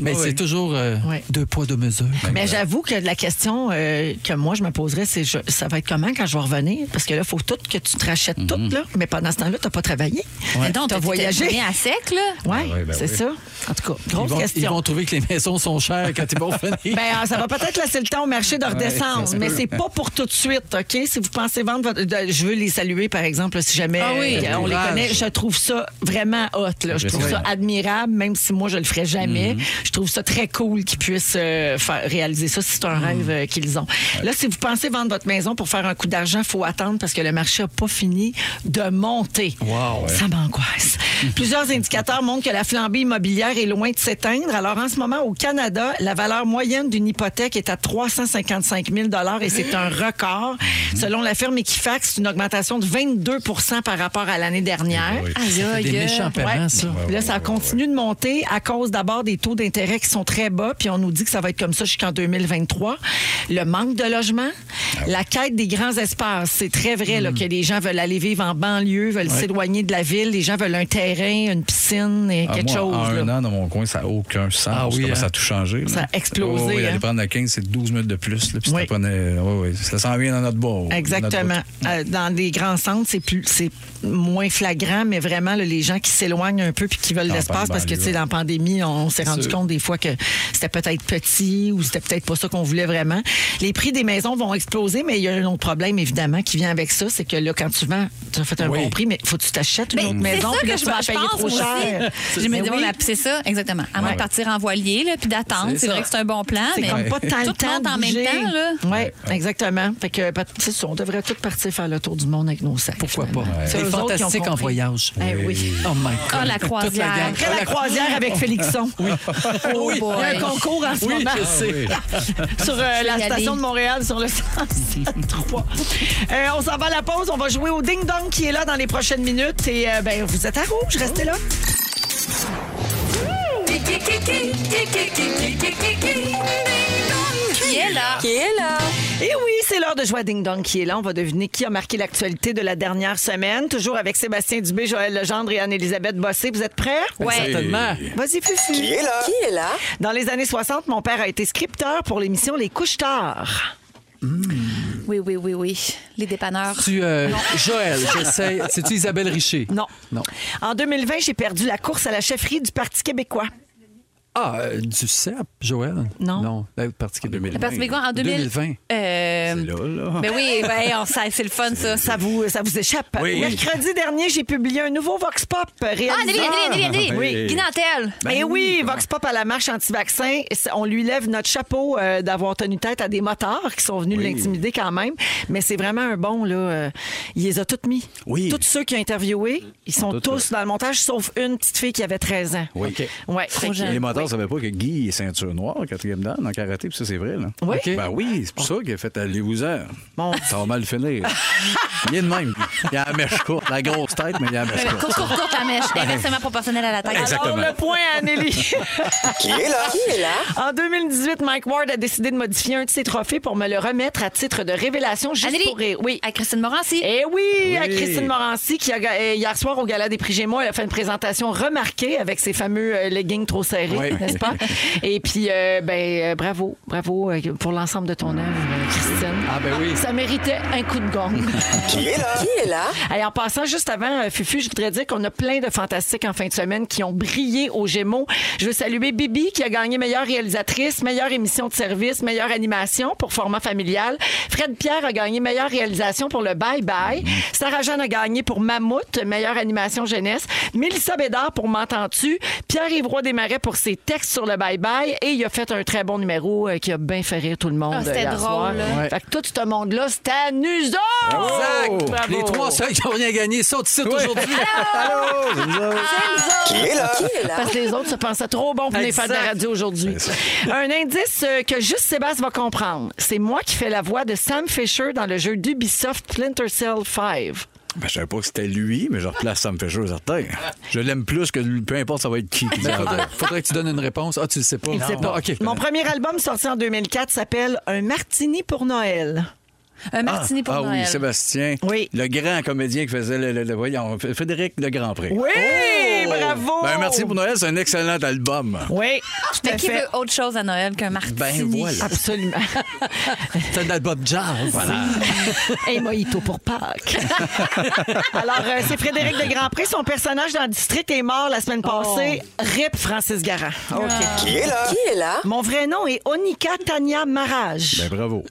D: Mais
A: Ouais.
D: c'est toujours euh,
B: Ouais.
D: deux poids, deux mesures.
B: Mais j'avoue que la question euh, que moi je me poserais, c'est je- ça va être comment quand je vais revenir? Parce que là, il faut tout que tu te rachètes tout, là. Mais pendant ce temps-là, tu n'as pas travaillé.
C: Mais
B: Tu
C: donc,
B: as
C: Ah t'as-
B: voyagé.
C: t'as mis à sec, là.
B: Oui,
A: Ah ouais, ben
B: c'est
A: oui.
B: ça. En tout cas,
D: Ils
B: grosse
D: vont, ils
B: question.
D: vont trouver que les maisons sont chères quand ils vont finir.
B: Ben, euh, ça va peut-être laisser le temps au marché de redescendre,
A: ça se
B: mais
A: peut.
B: c'est pas pour tout de suite, OK? Si vous pensez vendre votre. de- Je veux les saluer, par exemple, là, si jamais
C: Ah oui.
B: euh, on les
D: Courage.
B: connaît. Je trouve ça vraiment hot, là. Je trouve ça admirable, même si moi, je le ferais jamais. Je trouve ça très cool qu'ils puissent euh, faire- réaliser ça si c'est un rêve euh, qu'ils ont. Là, si vous pensez vendre votre maison pour faire un coup d'argent, il faut attendre parce que le marché n'a pas fini de monter.
D: Wow.
B: Ça m'angoisse. Plusieurs indicateurs montrent que la flambée immobilière est loin de s'éteindre. Alors, en ce moment, au Canada, la valeur moyenne d'une hypothèque est à 355 000 et c'est un record. Selon la firme Equifax, c'est une augmentation de 22 par rapport à l'année dernière.
A: Oui.
C: Aïe,
D: C'est des
C: aïe,
D: méchants
C: aïe.
D: parents,
B: Ouais.
D: ça.
B: Puis Là, ça continue de monter à cause d'abord des taux d'intérêt qui sont très bas, puis on nous dit que ça va être comme ça jusqu'en 2023. Le manque de logement, la quête des grands espaces, c'est très vrai là, que les gens veulent aller vivre en banlieue, veulent s'éloigner de la ville, les gens veulent un terrain, une piscine et
A: Ah,
B: quelque
A: moi,
B: chose.
A: En
B: là.
A: un an, dans mon coin, ça n'a aucun sens.
D: Ah oui,
A: comment
D: hein?
A: ça a tout changé. là.
B: Ça a explosé,
A: Oh, oui,
B: hein?
A: aller prendre le 15, c'est 12 minutes de plus. là, puis ça
B: Oui.
A: prenait- oui, oui, ça s'en vient dans notre bord.
B: Exactement.
A: Notre
B: Euh, dans les grands centres, c'est plus, c'est moins flagrant, mais vraiment là, les gens qui s'éloignent un peu puis qui veulent
A: Dans
B: l'espace
A: la
B: parce que tu sais
A: banlieue.
B: dans la pandémie, on s'est rendu
D: sûr.
B: compte des fois que c'était peut-être petit ou c'était peut-être pas ça qu'on voulait vraiment. Les prix des maisons vont exploser, mais il y a un autre problème évidemment qui vient avec ça, c'est que là quand tu vends, tu as fait un
D: Oui.
B: bon prix, mais faut que tu t'achètes une
C: Ben,
B: autre
C: c'est
B: maison
C: ça
B: puis là,
C: que
B: tu
C: je,
B: vas
C: je
B: la payer
C: pense
B: trop
C: aussi.
B: cher.
C: Je me
B: Mais
C: dis, on
B: oui.
C: a- c'est ça, exactement. Avant de partir en voilier, là, puis d'attendre,
D: C'est
C: c'est vrai
D: ça.
C: que c'est un bon plan.
B: C'est
C: mais
B: comme pas tant
C: tout
B: le temps
C: monte en même temps, là.
B: Oui, exactement. Fait que, peut- c'est ça, on devrait tous partir faire le tour du monde avec nos sacs.
D: Pourquoi pas?
B: finalement. C'est
D: C'est
B: eux autres qui ont
D: fantastique en
B: compris.
D: voyage.
B: Eh oui.
D: Oh my
C: Oh,
D: God.
C: la
D: Toute
C: croisière.
D: gang.
B: Après la croisière avec Félixon. Oui.
C: Oh
B: Il y a
C: boy.
B: un concours en ce
D: Oui,
B: moment. Ah,
D: je sais.
B: Sur euh,
C: Je vais
B: la
C: y
B: station
C: aller.
B: de Montréal, sur le 103. Euh, on s'en va à la pause. On va jouer au ding-dong qui est là dans les prochaines minutes. Et euh, ben, vous êtes à rouge. Restez là.
G: Ding dong.
C: Qui est là?
H: Qui est là?
B: Et Eh oui, c'est l'heure de jouer à Ding Dong qui est là. On va deviner qui a marqué l'actualité de la dernière semaine. Toujours avec Sébastien Dubé, Joël Legendre et Anne-Élisabeth Bossé. Vous êtes prêts?
C: Ouais.
D: Certainement.
B: Vas-y, Fufu.
H: Qui est là?
B: Dans les années 60, mon père a été scripteur pour l'émission Les couches tard.
C: Oui, oui, oui, oui. Les dépanneurs.
D: Tu, euh, Joël, j'essaie. C'est-tu Isabelle Richer?
B: Non.
D: Non.
B: En 2020, j'ai perdu la course à la chefferie du Parti québécois.
D: Ah, euh, du CEP, Joël?
B: Non.
D: Non, la partie québécoise.
C: Parce que en 2000...
D: 2020.
C: Euh,
A: Là, là.
C: Ben oui, ben, on sait, c'est le fun, ça.
B: Ça vous, euh, ça vous échappe.
A: Oui.
B: Mercredi dernier, j'ai publié un nouveau Vox Pop réalisé.
C: Ah, Adélie, Adélie, Adélie, Adélie.
A: Oui.
C: Guy Nantel.
B: Ben oui, Vox Pop à la marche anti-vaccin. Et c'est- On lui lève notre chapeau euh, d'avoir tenu tête à des motards qui sont venus l'intimider quand même. Mais c'est vraiment un bon, là. euh, il les a toutes mis.
A: Oui.
B: Tous ceux qui ont interviewé, ils sont
A: Toutes, euh.
B: tous dans le montage, sauf une petite fille qui avait 13 ans.
A: Oui.
B: Ouais. Fait que-
A: Et Les motards ne savaient pas que Guy est ceinture noire, quatrième dan, en karaté, puis ça, c'est vrai. Là.
B: Oui.
D: OK.
A: Ben oui, c'est pour ça qu'il a fait allez-vous-en.
B: Bon.
A: Ça va mal finir. Il est de même. Il a la mèche courte, la grosse tête, mais il a la mèche
C: Ben,
A: courte.
C: Courte, courte, courte la mèche. Inversement proportionnel à la taille.
A: Exact.
B: Alors,
A: Exactement.
B: le point à Anneli.
H: Qui est là?
B: En 2018, Mike Ward a décidé de modifier un de ses trophées pour me le remettre à titre de révélation juste
C: Anneli.
B: pour rire. Oui.
C: À Christine Morancy.
B: Eh oui, à Christine Morancy, qui a, ga- euh, hier soir au Gala des Prix Gémeaux, elle a fait une présentation remarquée avec ses fameux euh, leggings trop serrés,
A: Oui.
B: n'est-ce pas? Et puis, euh, ben, euh, bravo, bravo euh, pour l'ensemble de ton œuvre, euh, Christine.
D: Ah, ben oui.
B: Ça méritait un coup de gong.
H: Qui est là? Qui est là?
B: Allez, en passant, juste avant, euh, Fufu, je voudrais dire qu'on a plein de fantastiques en fin de semaine qui ont brillé aux Gémeaux. Je veux saluer Bibi, qui a gagné meilleure réalisatrice, meilleure émission de service, meilleure animation pour format familial. Fred Pierre a gagné meilleure réalisation pour le Bye
D: Mhm.
B: Bye. Sarah Jeanne a gagné pour Mammouth, meilleure animation jeunesse. Mélissa Bédard pour M'entends-tu? Pierre-Yves Roy Desmarais pour ses textes sur le Bye Bye. Et il a fait un très bon numéro euh, qui a bien fait rire tout le monde.
C: Ah, c'était
B: euh, hier
C: drôle,
B: soir.
C: là.
D: Ouais.
B: Fait que tout ce monde-là, c'était amusant!
D: Exact.
B: Bravo!
D: Les trois seuls qui ont rien gagné, ça, de suite aujourd'hui.
A: Allô, c'est nous autres.
H: Qui est là? Qui est là?
B: Parce que les autres se pensaient trop bon pour venir faire de la radio aujourd'hui. Un indice euh, que juste Sébastien va comprendre. C'est moi qui fais la voix de Sam Fisher dans le jeu d'Ubisoft Splinter Cell 5.
A: Ben, je savais pas que c'était lui, mais je replace Sam Fisher, certain. Je l'aime plus que lui, peu importe ça va être qui. qui
D: Ben,
A: vient
D: faudrait,
A: après.
D: faudrait que tu donnes une réponse. Ah, tu le sais pas.
B: Il sait
D: Non,
B: pas.
D: OK.
B: Mon premier album sorti en 2004 s'appelle Un martini pour Noël.
C: Un martini pour
A: ah
C: Noël.
A: oui, Sébastien.
B: Oui.
A: Le grand comédien qui faisait le, le- le- voyons, F- Frédéric le Grand Prix.
B: Oui,
D: Oh!
B: bravo!
A: Ben, merci pour Noël, c'est un excellent album.
B: Oui, tout
C: Mais
B: à
C: qui
B: fait.
C: veut autre chose à Noël qu'un martini?
A: Ben voilà.
B: Absolument.
D: C'est un album jazz.
B: Et mojito pour Pâques. Alors, euh, c'est Frédéric de Grandpré. Son personnage dans le district est mort la semaine passée. RIP Francis Garand.
H: Oh. Ah. Qui est là? Qui est là?
B: Mon vrai nom est Onika Tania Marage.
A: Ben bravo.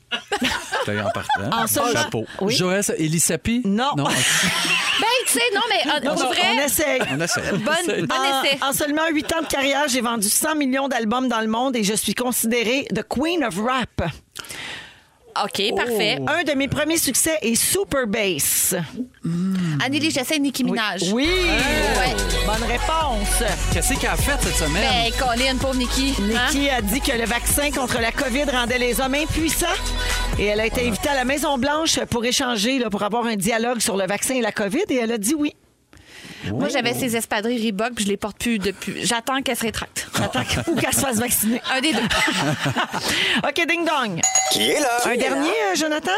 A: C'était en partant.
B: En seulement-
A: Chapeau.
B: Oui.
D: Joël, ça- Elie Sapi?
B: Non.
D: OK.
C: Ben, tu sais, non, mais en- en
B: Non, on
C: vrai,
B: essaye.
A: On essaie.
C: bonne, bon essai.
B: En, en seulement 8 ans de carrière, j'ai vendu 100 millions d'albums dans le monde et je suis considérée the queen of rap.
C: OK, parfait.
B: Un de mes premiers succès est Super Bass.
C: Anneli, j'essaie Nicki Minaj.
B: Oui!
H: Ah.
C: Ouais.
B: Bonne réponse.
D: Qu'est-ce qu'elle a fait cette semaine?
C: Ben, Colin, pauvre Nicki. hein?
B: Nikki a dit que le vaccin contre la COVID rendait les hommes impuissants. Et elle a été invitée à la Maison-Blanche pour échanger, là, pour avoir un dialogue sur le vaccin et la COVID. Et elle a dit oui.
C: Moi, j'avais ces espadrilles Reebok, puis je les porte plus depuis. J'attends qu'elles se rétractent.
B: J'attends que- ou qu'elle se fasse vacciner.
C: Un des deux.
B: OK, ding-dong.
H: Qui est là?
B: Un dernier, euh, Jonathan?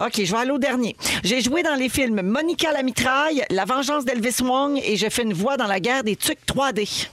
B: OK, je vais aller au dernier. J'ai joué dans les films Monica la mitraille, La vengeance d'Elvis Wong et j'ai fait une voix dans la guerre des tucs 3D.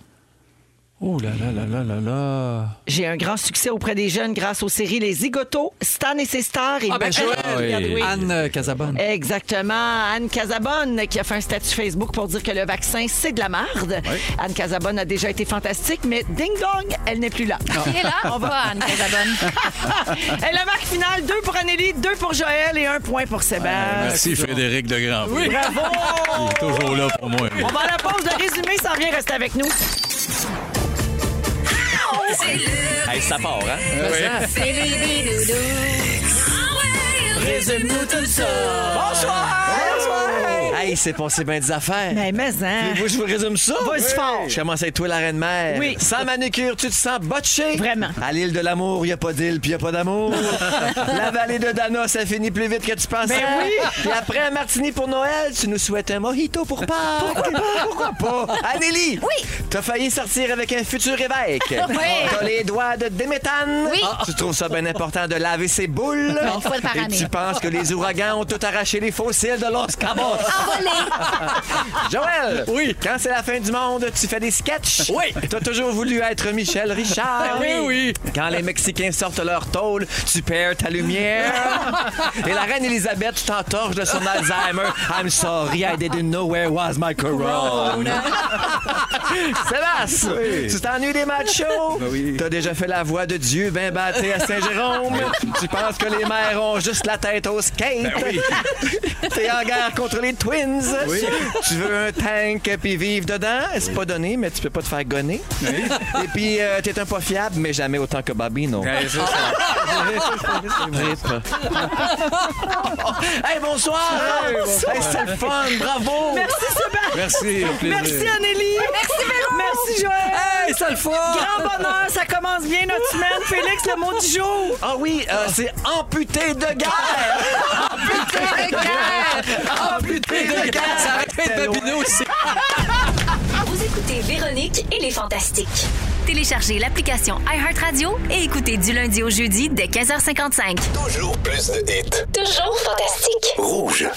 D: Oh là là là là là là.
B: J'ai un grand succès auprès des jeunes grâce aux séries Les Zigotos, Stan et ses stars et
D: Ah,
B: Ma-
D: ben, Joël.
A: Ah oui.
D: Anne euh, Casabonne.
B: Exactement. Anne Casabonne qui a fait un statut Facebook pour dire que le vaccin, c'est de la marde. Anne Casabonne a déjà été fantastique, mais ding-dong, elle n'est plus là.
C: Et là, on va, Anne Casabonne.
B: Et la marque finale, deux pour Anneli, deux pour Joël et un point pour Sébastien.
A: Merci Frédéric de Grand Prix.
B: Bravo!
A: Il est toujours là pour moi.
B: On va à la pause, le résumé s'en vient, restez avec nous.
E: Hey, ça part, hein?
A: Bonsoir!
I: Hey, c'est passé bien des affaires.
B: Mais, mais, hein.
I: Vous, je vous résume ça.
B: Vas-y
I: Oui.
B: fort.
I: Je commence avec toi, la reine mère.
B: Oui.
I: Sans manucure, tu te sens botché.
B: Vraiment.
I: À l'île de l'amour, il n'y a pas d'île, puis il n'y a pas d'amour. la vallée de Dana, ça finit plus vite que tu pensais.
B: Ben
I: oui. Puis après, à Martini pour Noël, tu nous souhaites un mojito pour Pâques. Pourquoi pas? Pourquoi pas?
H: Ah.
I: Anélie. Oui. T'as failli sortir avec un futur évêque. Oui. T'as les doigts de déméthane.
C: Oui.
I: Tu trouves ça bien important de laver ses boules.
C: Une fois par
I: Et
C: année.
I: tu penses que les ouragans ont tout arraché les fossiles de Los Cabos. Joël! Oui. Quand c'est la fin du monde, tu fais des sketchs? Oui. Ah T'as toujours voulu être Michel Richard?
D: Oui, oui.
I: Quand les Mexicains sortent leur tôle, tu perds ta lumière. Et la reine Elisabeth, tu t'entorches de son Alzheimer. I'm sorry, I didn't know where was my corona. Sébastien, tu t'ennuies des machos?
A: oui.
I: T'as déjà fait la voix de Dieu ben batté à Saint-Jérôme. tu penses que les mères ont juste la tête au skate. T'es en guerre contre les Twins. Tu veux un tank puis vivre dedans. C'est pas donné, mais tu peux pas te faire gonner. Et puis, euh, t'es un pas fiable, mais jamais autant que Bobby, non.
A: Ouais, ça, ça-
I: Hey, bonsoir! Hey, c'est le fun! Bravo!
B: Merci Sébastien.
A: Merci. au plaisir.
B: Merci Anélie. Merci Véro. Merci Joël.
I: Hey, c'est le fun!
B: Grand bonheur, ça commence bien notre semaine. Félix, le mot du jour.
I: Ah oui, euh, c'est amputé de guerre! amputé de guerre!
D: Ça arrête pas de babiner aussi.
G: Vous écoutez Véronique et les Fantastiques.
C: Téléchargez l'application iHeartRadio et écoutez du lundi au jeudi dès 15h55.
J: Toujours plus de hits.
G: Toujours fantastique.
J: Rouge.